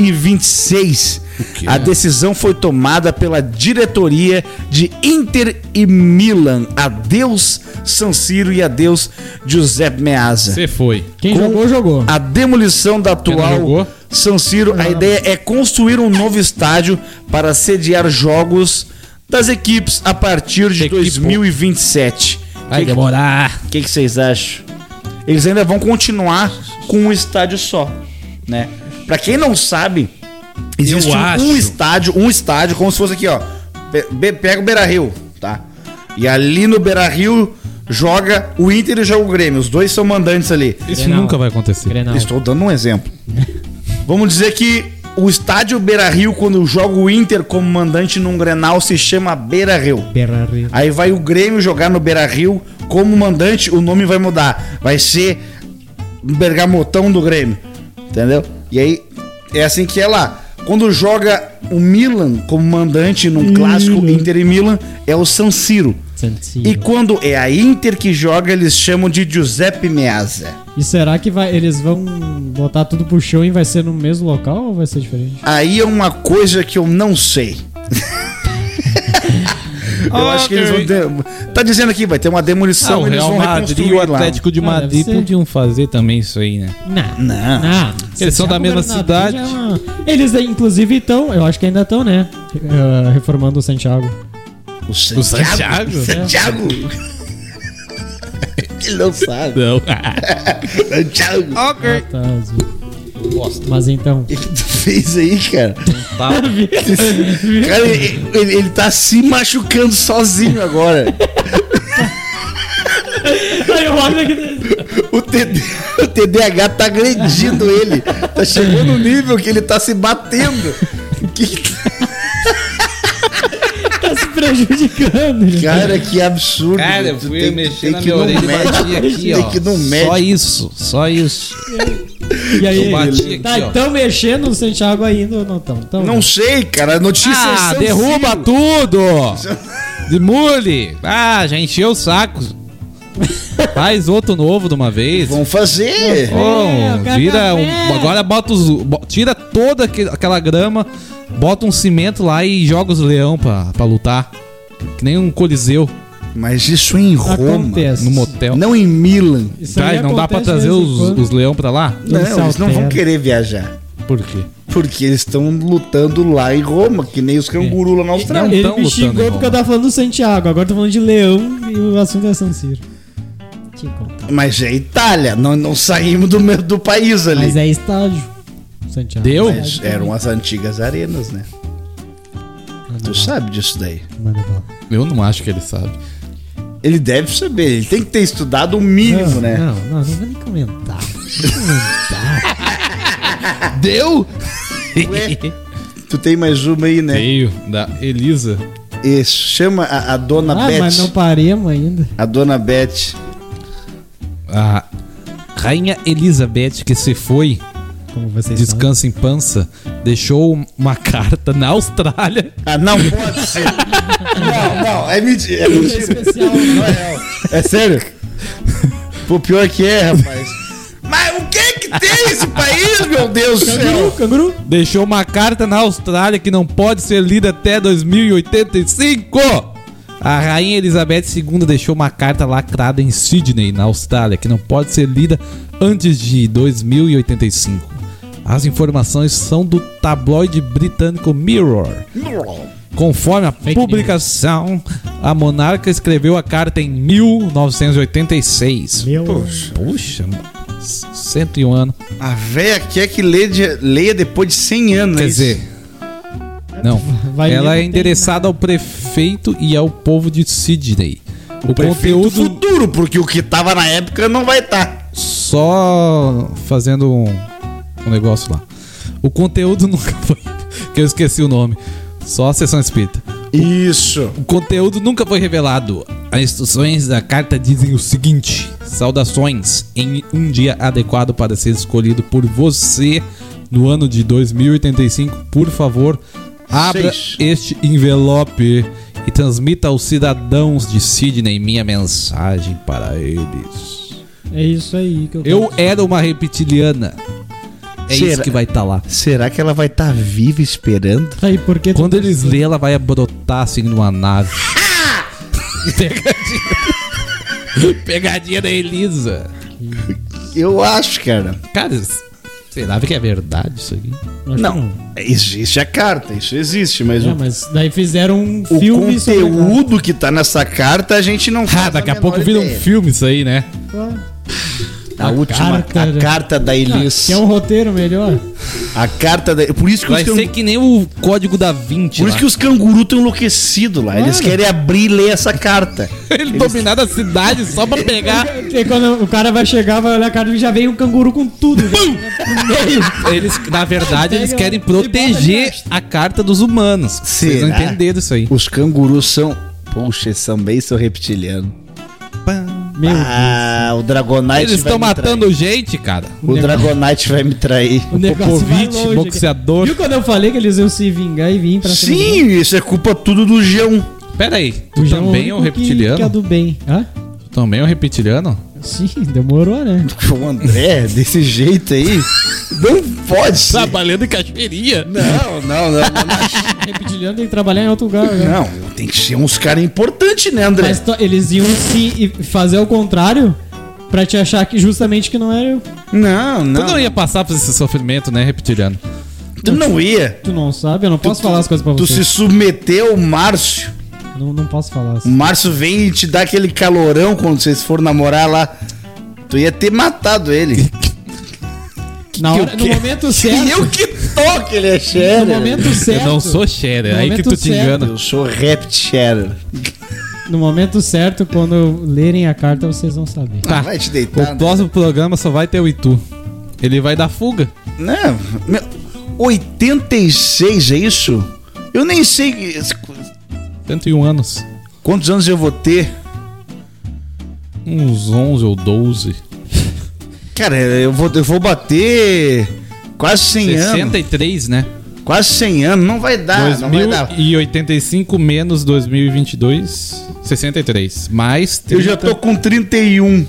2026. A decisão foi tomada pela diretoria de Inter e Milan. Adeus San Siro e adeus Giuseppe Meazza.
Você foi.
Quem
Com-
jogou, jogou.
A demolição da
não
atual
jogou?
San Siro, a ideia é construir um novo estádio para sediar jogos das equipes a partir de
Equipo.
2027.
Vai
O
demorar.
que, que vocês acham? Eles ainda vão continuar com um estádio só, né? Para quem não sabe, existe
Eu
um,
acho.
estádio, um estádio como se fosse aqui, ó. Pe- be- pega o Beira-Rio, tá? E ali no Beira-Rio joga o Inter e joga o Grêmio. Os dois são mandantes ali.
Isso
Grenal.
nunca vai acontecer.
Grenal.
Estou dando um exemplo. Vamos dizer que o estádio Beira Rio, quando joga o Inter como mandante num Grenal, se chama Beira Rio.
Berrarri.
Aí vai o Grêmio jogar no Beira Rio como mandante, o nome vai mudar. Vai ser um Bergamotão do Grêmio. Entendeu? E aí é assim que é lá. Quando joga o Milan como mandante num clássico Inter e Milan, é o San Siro.
Santinho.
E quando é a Inter que joga, eles chamam de Giuseppe Meazza.
E será que vai, eles vão botar tudo pro chão e vai ser no mesmo local ou vai ser diferente?
Aí é uma coisa que eu não sei. eu acho que eles vão. de- Tá dizendo aqui, vai ter uma demolição.
Ah, o
eles
Real
vão
Madrid e
reconstruir
o
lá.
Atlético de
Ah,
Madrid
deve ser.
podiam fazer também isso aí, né?
Não.
Não.
Eles são da mesma cidade.
é Eles, inclusive, estão, eu acho que ainda estão, né? eh, reformando o Santiago.
O Santiago?
Santiago?
Santiago? Ele não sabe.
Não.
Santiago.
ok.
Tá, azul. Mas então.
O que tu fez aí, cara?
Tá.
Cara, ele, ele- ele tá se machucando sozinho agora. O, TD o TDAH tá agredindo ele. Tá chegando no nível tá que ele tá se batendo. Que que tu-
tá se prejudicando. ele.
Cara, que absurdo.
Cara, eu
Tu
fui
tem-
mexer
tem
na
que ir
minha
no
orelha e bati
médico.
aqui,
Tem
ó.
que ir no
só
médico.
isso, só isso.
E aí,
Eu bati aqui,
tá,
ó.
estão mexendo no Santiago ainda ou não estão? Tão,
Não
né?
sei, cara. Notícias
Ah,
são
derruba
é fio.
tudo! Demule! Ah, já encheu o saco. Faz outro novo de uma vez.
Vão fazer.
É, eu
Oh,
quero
vira
café.
um- agora bota os bo- tira toda aque- aquela grama, bota um cimento lá e joga os leão pra, pra lutar. Que nem um coliseu
Mas isso é em Roma.
Acontece.
no motel.
Não em Milan.
Isso
Tá,
aí
não dá
acontece
pra trazer
de vez em
os,
quando.
os leão pra lá?
Eles
Não, eles não
salteram.
vão querer viajar.
Por quê?
Porque eles estão lutando lá em Roma, que nem os
É.
cangurus lá na Austrália.
Não
Ele
tão
me
lutando em
xingou
Roma.
porque eu tava falando do Santiago, agora eu tô falando de Leão e o assunto é San Siro. Te contar.
Mas é Itália, não, não saímos do, me- do país ali.
Mas é então. estádio. Santiago.
Deu?
Mas eram as antigas arenas, né?
Ah,
Tu sabe disso daí.
Manda pra lá.
Eu não acho que ele sabe.
Ele deve saber, ele tem que ter estudado o mínimo,
não,
né?
Não, não, não vou nem comentar.
Deu?
Ué, tu tem mais uma aí, né?
Veio da Elisa.
Isso, chama a, a dona
Ah, mas não
Beth.
paremos ainda.
A dona Beth.
A rainha Elizabeth que se foi
Como vocês sabem.
Descansa em pança, deixou uma carta na Austrália.
Ah, não pode ser. não, não, é mentira. É, mentira.
especial. né?
Não é real. É sério? Pô, pior que é, rapaz. Mas o que é que tem esse país, meu Deus do céu?
Canguru, canguru.
Deixou uma carta na Austrália que não pode ser lida até 2085. A rainha Elizabeth II deixou uma carta lacrada em Sydney, na Austrália, que não pode ser lida antes de 2085. As informações são do tabloide britânico Mirror. Conforme a
Fake
publicação, a monarca escreveu a carta em 1986.
Meu.
Puxa, 101 anos.
A véia quer que lê de- leia depois de 100 anos.
Quer
é isso?
dizer, não.
Vai
Ela é
ler, não tem
endereçada ao prefeito e ao povo de Sydney. O,
Prefeito
conteúdo
futuro, porque o que tava na época não vai tá. estar.
só fazendo um, um negócio lá. O conteúdo nunca foi que eu esqueci o nome. Só a sessão espírita.
Isso.
O conteúdo nunca foi revelado. As instruções da carta dizem o seguinte: Saudações em um dia adequado para ser escolhido por você no ano de 2085. Por favor, abra
Seis.
este envelope e transmita aos cidadãos de Sydney minha mensagem para eles.
É isso aí que eu
Eu era uma reptiliana. É isso
Será?
que vai estar lá.
Será que ela vai estar viva esperando?
Tá aí, porque
Quando eles lê, ela vai brotar assim numa nave. Pegadinha. Pegadinha da Elisa.
Eu acho, cara.
Cara, s- será que é verdade isso aqui?
Não, um- existe a carta, isso existe, mas
É,
o,
mas daí fizeram um
o
filme sobre a
conteúdo que tá nessa carta a gente não
Ah,
faz
daqui a
menor
pouco vira um
ideia.
filme isso aí, né?
carta.
A, última,
carta,
a
né?
carta da Elis.
Que é um roteiro melhor.
A carta da. Por isso que
Vai
os,
ser
can...
que nem o Código da 20
Por isso que os cangurus estão enlouquecidos lá. Eles
Claro.
querem abrir e ler essa carta.
Ele dominado a cidade só pra pegar.
Porque quando o cara vai chegar, vai olhar a cara e já vem um canguru com tudo.
Eles, na verdade,
um
eles
Pega
querem
e bota
proteger
debaixo.
a carta dos humanos. Vocês não
Será?
entenderam isso aí.
Os cangurus são. Poxa, eles são bem seu reptiliano.
Meu,
Ah, o Dragonite.
Eles
vai
estão
me
matando gente, cara.
trair. O Dragonite vai me trair.
o negócio vai
Popovich,
longe.
boxeador.
Viu quando eu falei que eles iam se vingar e vir pra cima
Sim, isso é culpa tudo do um. Geão.
Pera aí, tu
do- João
também é um
único que-
reptiliano?
Que é do bem. Hã?
Tu também é um reptiliano?
Sim, demorou, né?
O André, desse jeito aí. Não pode ser.
Trabalhando em cachoeirinha.
Não, não, não.
reptiliano tem que trabalhar em outro lugar. né?
Não, não, tem que ser uns caras importantes, né, André?
Mas to- eles iam se e- fazer o contrário pra te achar que justamente que não era eu.
Não,
Tu não ia passar por esse sofrimento, né, reptiliano?
Tu não ia.
Tu não sabe, eu não posso falar as coisas pra
Tu
você.
se submeteu ao Márcio.
Não, não posso falar
O
assim.
Márcio vem e te dá aquele calorão quando vocês foram namorar lá. Tu ia ter matado ele.
Na
que
hora,
eu
no
que-
momento certo.
E eu que toque, ele é
No
Sharer.
momento certo.
Eu não sou Shader,
No
aí que
momento
tu te
certo.
engana.
Eu sou Rapt Sharer.
No momento certo, quando lerem a carta, vocês vão saber.
Tá.
Vai te
O
deitar. né?
próximo programa só vai ter o Itu. Ele vai dar fuga.
Não, meu, 86 é isso? Eu nem sei. que-
101 anos.
Quantos anos eu vou ter?
Uns 11 ou 12.
Cara, eu vou, eu vou bater quase 100 anos.
63, né?
Quase 100 anos. Não vai dar, Ah, não vai dar.
2085 menos 2022, 63. Mais
Eu já tô com 31.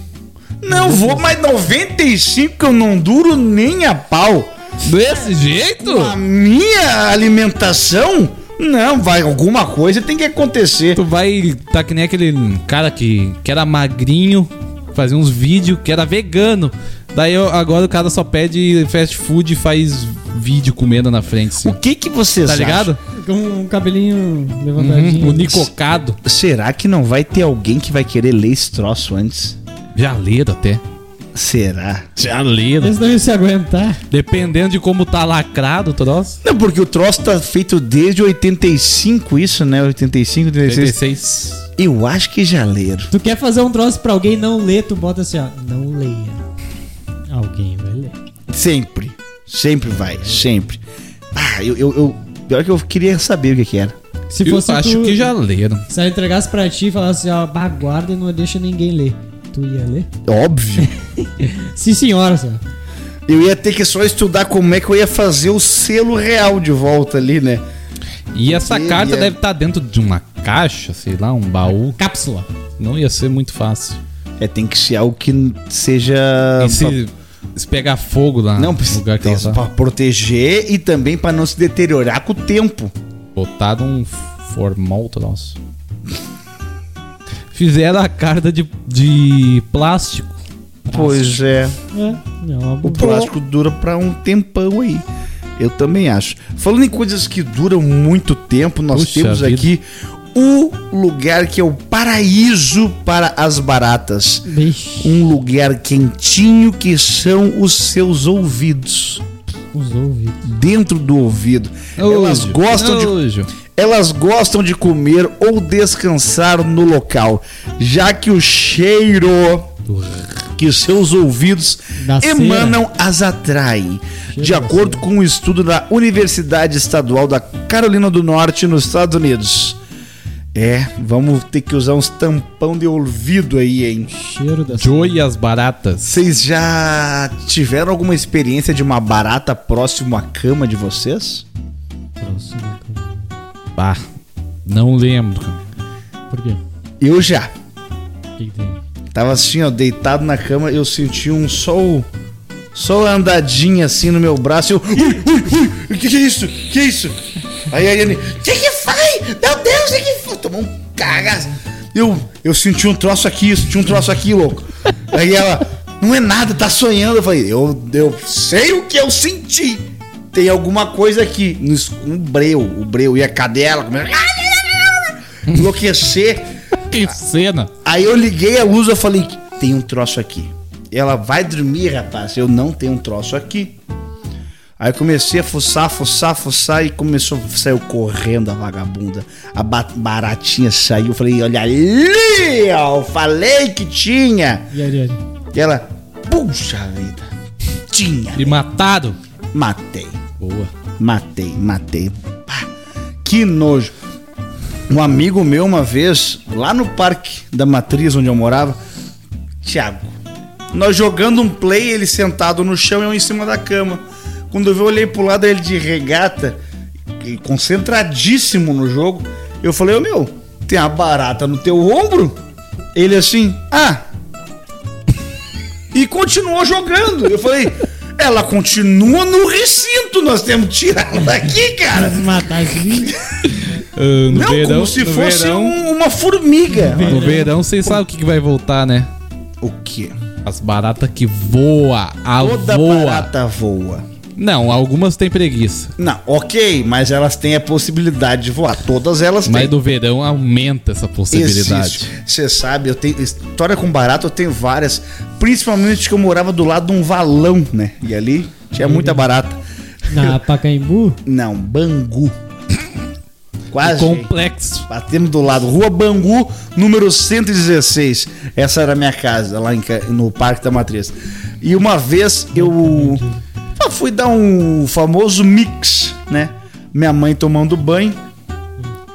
Não vou, mas 95 que eu não duro nem a pau.
Desse jeito?
A minha alimentação? Não, vai, alguma coisa tem que acontecer.
Tu vai tá que nem aquele cara que, que era magrinho, fazia uns vídeos, que era vegano. Daí eu- agora o cara só pede fast food e faz vídeo comendo na frente, assim.
O que que vocês
Tá ligado?
Com um cabelinho levantadinho.
Uhum, o Nicocado.
acham? Será que não vai ter alguém que vai querer ler esse troço antes?
Já leram até.
Será?
Já leram.
Eles não iam se aguentar.
Dependendo de como tá lacrado o troço.
Não, porque o troço tá feito desde 85, isso, né? 85,
é
86.
36.
Eu acho que já leram.
Tu quer fazer um troço pra alguém não ler, tu bota assim, ó. Não leia. Alguém vai ler.
Sempre. Sempre vai, sempre. Ah, eu. eu, eu pior que eu queria saber o que, que era.
Se
Eu
fosse
acho
tu,
que já leram.
Se ela entregasse pra ti e falasse, ó, "Bah, guarda e não deixa ninguém ler. Tu ia ler?
Óbvio.
Sim, senhora, senhora.
Eu ia ter que só estudar como é que eu ia fazer o selo real de volta ali, né?
E essa
Ele
carta
é-
deve estar dentro de uma caixa, sei lá, um baú.
Cápsula.
Não ia ser muito fácil.
É, tem que ser algo que seja.
E se, se pegar fogo lá
Ah, Não,
no
precisa
lugar que ela tá?
pra proteger e também pra não se deteriorar com o tempo.
Botaram um formal troço. Fizeram a carta de, de plástico.
Pois é.
É, não,
O plástico dura pra um tempão aí. Eu também acho. Falando em coisas que duram muito tempo, nós
Puxa
temos
vida.
aqui o lugar que é o paraíso para as baratas.
Bicho,
Um lugar quentinho que são os seus ouvidos.
os ouvidos.
Dentro do ouvido. Elas
Nojo,
gostam de
nojo.
Elas gostam de comer ou descansar no local, já que o cheiro que seus ouvidos
Da
emanam as atrai. De acordo com um estudo da Universidade Estadual da Carolina do Norte, nos Estados Unidos. É, vamos ter que usar uns tampão de ouvido aí, hein?
Cheiro
Assim.
da
Joy e as baratas.
Vocês já tiveram alguma experiência de uma barata próximo à cama de vocês?
próxima. né, cara.
Bah, não lembro. cara.
Por quê?
Eu já.
O que, que tem?
Tava assim, ó, deitado na cama, eu senti um só o- só a andadinha assim no meu braço, eu, ui, ui, ui, que que é isso? Que é isso? Aí a Ariane, que que foi? Meu Deus, que que foi? Tomou um cagaço. Eu, eu senti um troço aqui, eu senti um troço aqui, louco. Aí ela, não é nada, tá sonhando. Eu falei, eu, eu sei o que eu senti. Tem alguma coisa aqui. No es- Um breu, o breu e a cadela. come- Enlouquecer. Ah.
Que cena.
Aí eu liguei a luz, eu falei, tem um troço aqui. Ela vai dormir, rapaz. Eu não tenho um troço aqui. Aí comecei a fuçar, fuçar, fuçar e começou, saiu correndo a vagabunda. A ba- baratinha saiu. Eu falei, olha ali, ó, eu falei que tinha.
E a Ariane?
E ela, puxa vida, tinha.
E mataram.
Matei,
Boa.
matei, matei. Pá, que nojo. Um amigo meu, uma vez, lá no parque da Matriz, onde eu morava, Thiago, nós jogando um play, ele sentado no chão e eu em cima da cama. Quando eu vi, eu olhei pro lado ele de regata, e concentradíssimo no jogo, eu falei, ô meu, tem uma barata no teu ombro? Ele assim, ah. E continuou jogando. Eu falei, ela continua no recinto, nós temos que tirar ela daqui, cara.
Matar esse bicho.
Ah, no
Não,
verão,
como se
no
fosse
verão,
um- uma formiga.
No verão, vocês sabem o que, que vai voltar, né?
O quê?
As baratas que voa, a
Toda
voa.
barata voa.
Não, algumas têm preguiça.
Não, ok, mas elas têm a possibilidade de voar. Todas elas
Mas
têm.
do verão aumenta essa possibilidade.
Você sabe, eu tenho história com barato, eu tenho várias. Principalmente que eu morava do lado de um valão, né? E ali tinha
Uhum.
muita barata.
Na Pacaembu?
Não, Bangu.
O
Quase.
complexo.
Batemos do lado, Rua Bangu, número 116. Essa era a minha casa, lá em ca- no Parque da Matriz. E uma vez eu eu fui dar um famoso mix, né? Minha mãe tomando banho.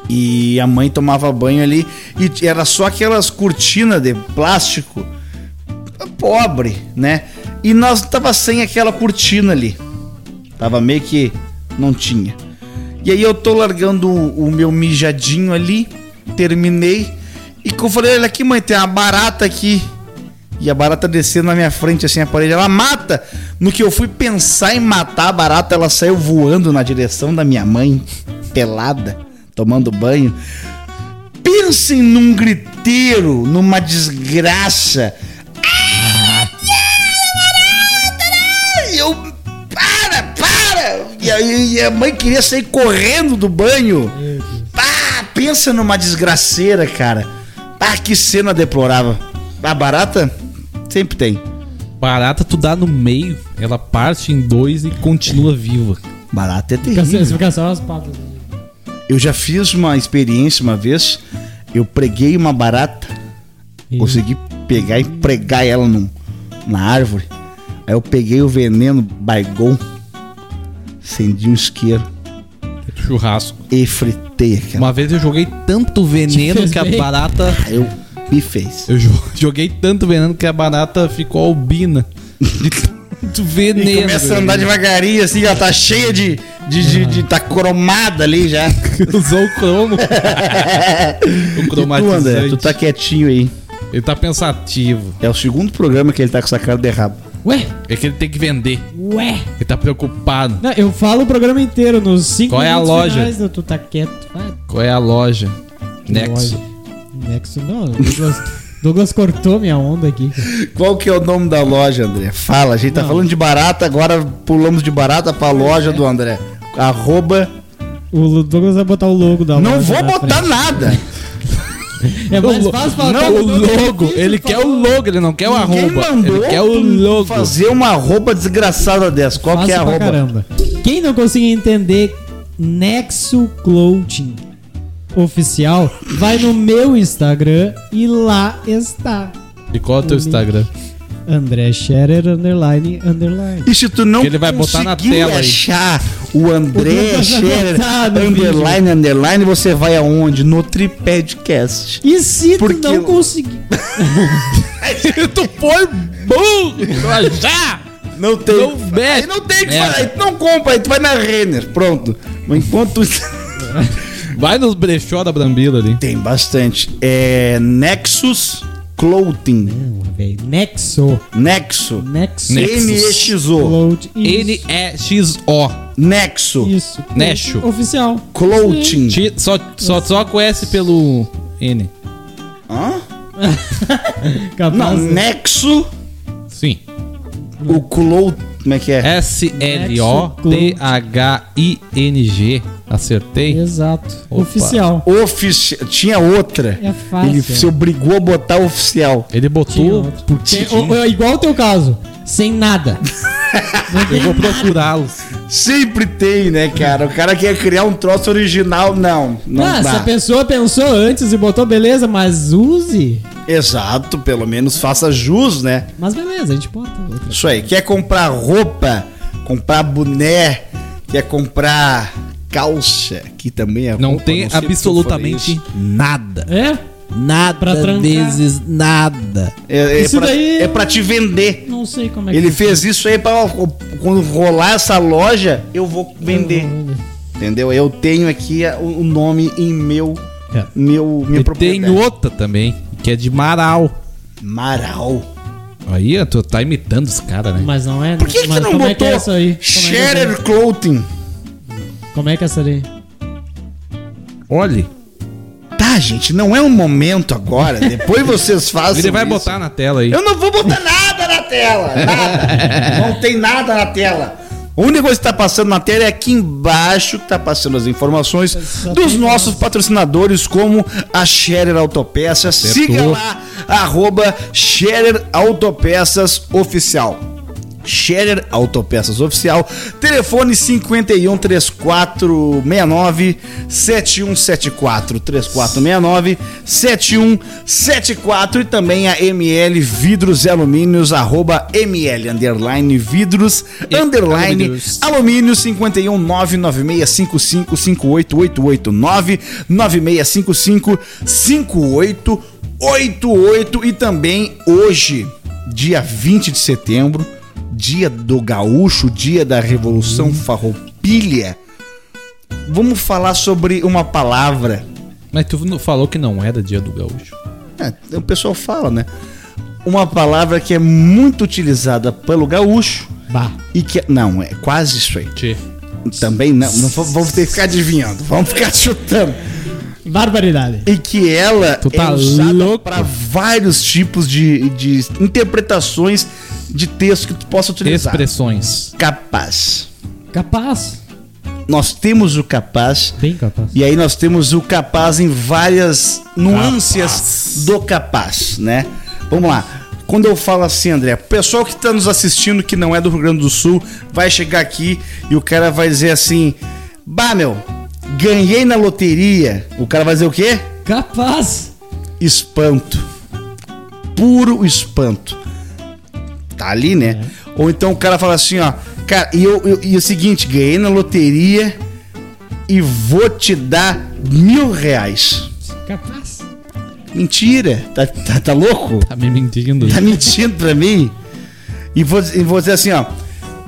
E a mãe tomava banho ali e era só aquelas cortinas de plástico pobre, né? E nós tava sem aquela cortina ali. Tava meio que não tinha. E aí eu tô largando o, o meu mijadinho ali, terminei. E que eu falei, olha aqui, mãe, tem uma barata aqui. E a barata descendo na minha frente, assim, a parede, ela mata. No que eu fui pensar em matar a barata, ela saiu voando na direção da minha mãe, pelada, tomando banho. Pensem num griteiro, numa desgraça. E eu. Para, para! E aí e a mãe queria sair correndo do banho. Pá, pensa numa desgraceira, cara. Ah, que cena deplorável. A barata sempre tem.
Barata, tu dá no meio, ela parte em dois e continua viva.
Barata é
Fica, assim,
terrível.
só- fica só as patas.
Eu já fiz uma experiência uma vez. Eu preguei uma barata. Consegui pegar e pregar ela num, na árvore. Aí eu peguei o veneno Baigon. Acendi um isqueiro
Churrasco.
e fritei aquela.
Uma vez eu joguei tanto veneno
fez
que a
bem?
barata.
Eu me fez.
Eu jo- joguei tanto veneno que a barata ficou albina. De tanto veneno.
Começa a andar devagarinho, assim, ela tá cheia de. de, de, de- tá cromada ali já.
Usou o cromo. o
E tu, André,
cromatizante.
tu tá quietinho aí.
Ele tá pensativo.
É o segundo programa que ele tá com essa cara de rabo.
Ué,
É que ele tem que vender.
ué.
Ele tá preocupado.
Não, eu falo o programa inteiro nos 5
Qual é a loja?
Finais, não, tu tá quieto. Vai,
Qual é a loja? Nexo.
loja. Nexo não. o Douglas, Douglas cortou minha onda aqui.
Qual que é o nome da loja, André? Fala, a gente tá
Não.
falando de barata, agora pulamos de barata pra loja do André. Arroba.
O Douglas vai botar o logo da
Não
loja
vou
na
botar
frente.
nada.
É mais
lo-
fácil falar
Não,
que
o
Douglas é
logo.
difícil
Ele
falar.
quer o logo, ele não quer o
Quem
arroba.
mandou
Ele quer o
tu
logo.
fazer uma arroba desgraçada dessa? Qual que é a
Fácil pra
arroba?
caramba. Quem não conseguir entender Nexo Clothing oficial, vai no meu Instagram e lá está.
E qual é o teu Instagram?
André Scherer, underline, underline.
E se tu não
Que ele vai botar na
conseguir
tela aí.
achar o André
O
Scherer
Tá no
underline, underline, você vai aonde? No Tripadcast.
E se
Porque
tu não
eu-
conseguir...
tu foi burro! pra Já!
Não tem.
Não É.
aí
mete.
não tem o que
Merda.
falar. Aí tu não compra, aí tu vai na Renner. Pronto. Mas enquanto.
Vai nos brechó da Brambila ali.
tem bastante. É. Nexus Clothing.
Não, velho. Nexo.
Nexo.
Nexo.
Nexus.
N-E-X-O.
Clothing. Isso.
N-E-X-O.
Nexo.
Isso.
Nexo.
Oficial.
Clothing.
Ti- Só, só, só conhece pelo N.
Hã?
Capaz,
Não,
né?
Nexo.
Sim.
O Clothing. Como é que é?
S-L-O-T-H-I-N-G. Acertei?
Exato.
Opa.
Oficial.
Oficial. Tinha outra.
É fácil.
Ele se obrigou a botar oficial.
Ele
Tinha
botou.
outro. Tem- o- o- igual o teu caso. Sem nada.
Eu vou procurá-los.
Sempre tem, né, cara? O cara quer criar um troço original, não. Não
Ah, se
dá.
a pessoa pensou antes e botou beleza, mas use.
Exato, pelo menos faça jus, né?
Mas beleza, a gente bota. outra.
Isso aí, quer comprar roupa, comprar boné, quer comprar calça, que também é
Não
roupa,
tem
sei porque eu
absolutamente
falei isso. nada.
É?
Nada
Pra trancar.
deses, nada.
É, é
Isso
pra,
daí-
é pra te vender.
Não sei como é
Ele fez isso aí pra ó, quando rolar essa loja, eu vou vender. Entendeu? Eu tenho aqui a- o o nome em meu,
É.
meu minha
E tem outra também, que é de Marau.
Maral.
Aí, tu tá imitando os caras, né?
Mas não é.
Por que, que
mas
não
como
botou
é que é isso aí? Como é que é
Scherer
isso
Clothing?
aí? Como é que é isso aí?
Olhe.
Tá, gente, não é um momento agora. Depois vocês fazem.
Ele vai
isso.
botar na tela aí.
Eu não vou botar nada na tela. Nada. não tem nada na tela. A única coisa que tá passando na tela é aqui embaixo que tá passando as informações
Só
dos
tem
nossos patrocinadores, como a Scherer Autopeças. Siga lá, arroba Scherer Autopeças Oficial. Scherer Autopeças Oficial, telefone 51 3469 7174 3469 7174 e também a ML Vidros e Alumínios, arroba ML Underline Vidros Underline
Alumínios.
Alumínio 51 99655 58889 9655 5888 e também hoje, dia 20 de setembro, dia do gaúcho, dia da revolução farroupilha. Vamos falar sobre uma palavra.
Mas tu não- falou que não era dia do gaúcho.
É, o pessoal fala, né? Uma palavra que é muito utilizada pelo gaúcho
Bah.
e que não, é quase isso aí.
Tchê.
Também não, não vou- vamos ter que ficar adivinhando, vamos ficar chutando.
Barbaridade.
E que ela
Tu tá
é usada
louco?
para vários tipos de, de interpretações de texto que tu possa utilizar.
Expressões.
Capaz.
Capaz.
Nós temos o capaz
Bem capaz.
e aí nós temos o capaz em várias nuances do capaz, né? Vamos lá. Quando eu falo assim, André, o pessoal que está nos assistindo que não é do Rio Grande do Sul vai chegar aqui e o cara vai dizer assim: Bah, meu, ganhei na loteria. O cara vai dizer o quê?
Capaz.
espanto. Puro espanto. Tá ali, né? Ou então o cara fala assim, ó. Cara, e, eu, eu- e é o seguinte, ganhei na loteria e vou te dar mil reais.
Capaz.
Mentira! Tá, tá, tá louco?
Tá me mentindo.
Tá mentindo pra mim? E vou, e vou dizer assim, ó.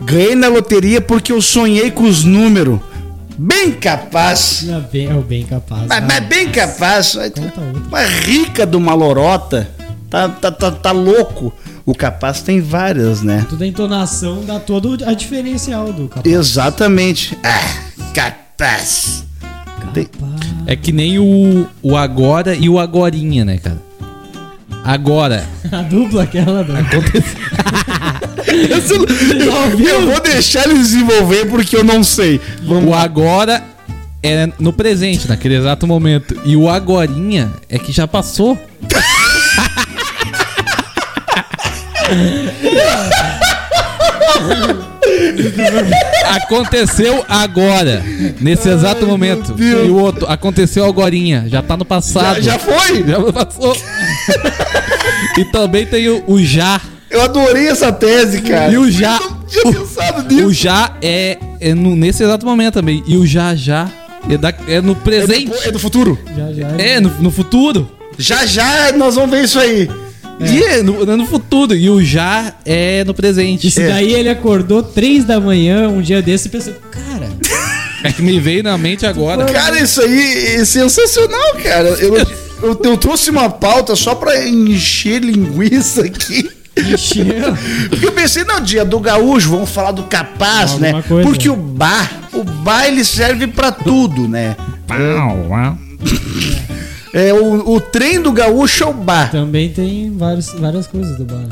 Ganhei na loteria porque eu sonhei com os números. Bem capaz.
É o bem, é o bem capaz.
Mas,
Ah,
mas bem capaz.
Conta outra.
Uma rica de uma lorota. Tá, tá, tá, tá louco. O capaz tem várias, né?
Toda a entonação dá toda a diferencial do capaz.
Exatamente. Ah, capaz. Tem-
Capaz.
É que nem o, o agora e o agorinha, né, cara? Agora.
A dupla aquela né? do...
Eu, sou- eu- eu vou deixar ele desenvolver porque eu não sei.
O agora é no presente, naquele exato momento. E o agorinha é que já passou. Aconteceu agora, nesse exato momento. E o outro, aconteceu agorinha, já tá no passado.
Já foi?
Já passou. e também tem o, o já.
Eu adorei essa tese, cara.
E o já.
Eu não tinha pensado nisso.
O já é, é no- nesse exato momento também. E o já já é, da- é no presente.
É do futuro?
Já, já.
É, no, no futuro.
Já já nós vamos ver isso aí.
E é no, é no futuro. E o já é no presente.
Isso daí ele acordou 3 da manhã um dia desse e pensou, cara,
É que me veio na mente agora.
Cara, isso aí é sensacional, cara. Eu, eu, eu trouxe uma pauta só pra encher linguiça aqui.
encheu.
Porque eu pensei, não, dia do gaúcho, vamos falar do capaz,
Alguma
né?
coisa.
Porque o bar, o bar ele serve pra tudo, né? É, o, o trem do gaúcho é o bar.
Também tem vários, várias coisas do bar.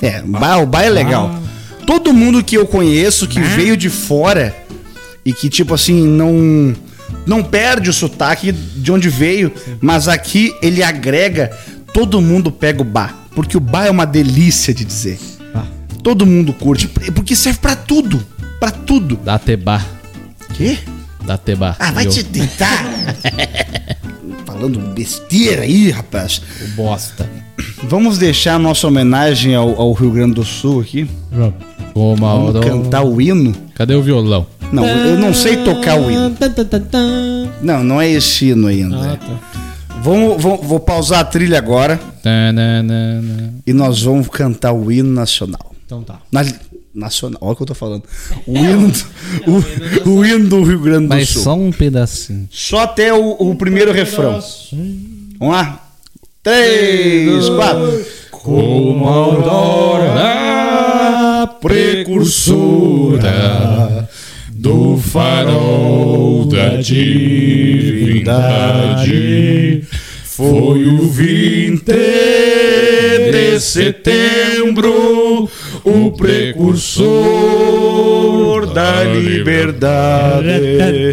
É, o bar, o bar é legal. Todo mundo que eu conheço que veio de fora e que, tipo assim, não. Não perde o sotaque de onde veio, mas aqui ele agrega. Todo mundo pega o bar. Porque o bar é uma delícia de dizer.
Ah.
Todo mundo curte. Porque serve pra tudo. Pra tudo.
Dá teba.
Quê?
Dá teba.
Ah, vai
Eu-
te deitar! Falando besteira aí, rapaz.
o Bosta.
Vamos deixar nossa homenagem ao, ao Rio Grande do Sul aqui.
Ô, Mauro.
Vamos cantar o hino.
Cadê o violão?
Não, eu não sei tocar o hino. Não, não é esse hino ainda.
Ah, tá.
Vamos, vamos- vou pausar a trilha agora
Tananana.
e nós vamos cantar o hino nacional.
Então tá.
Na- nacional, olha o que eu tô falando. O hino do, o- o hino do Rio Grande do
Mas
Sul.
só um pedacinho.
Só até o, o primeiro
Um
refrão. Vamos lá? Três, quatro.
Como aurora precursora do farol da divindade foi o 20 de setembro, o precursor da liberdade.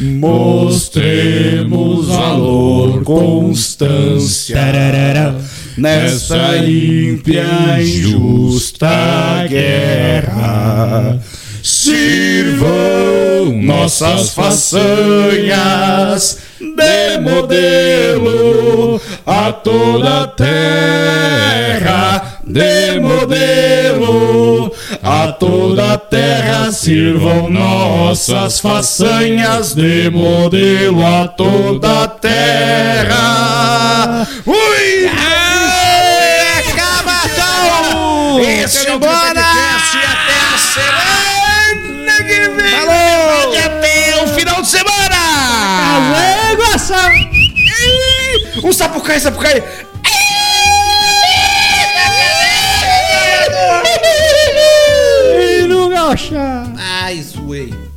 Mostremos valor, constância
nessa ímpia injusta guerra. Sirvam nossas façanhas de modelo a toda a terra. De modelo a toda a terra. Sirvam nossas façanhas de modelo a toda a terra. Ui! Acaba, Esse é o Cast até a semana que vem. Falou! E até o final de semana. Ih, Um sapucaí, sapucaí.
E no gauchão.
Ai, zoei.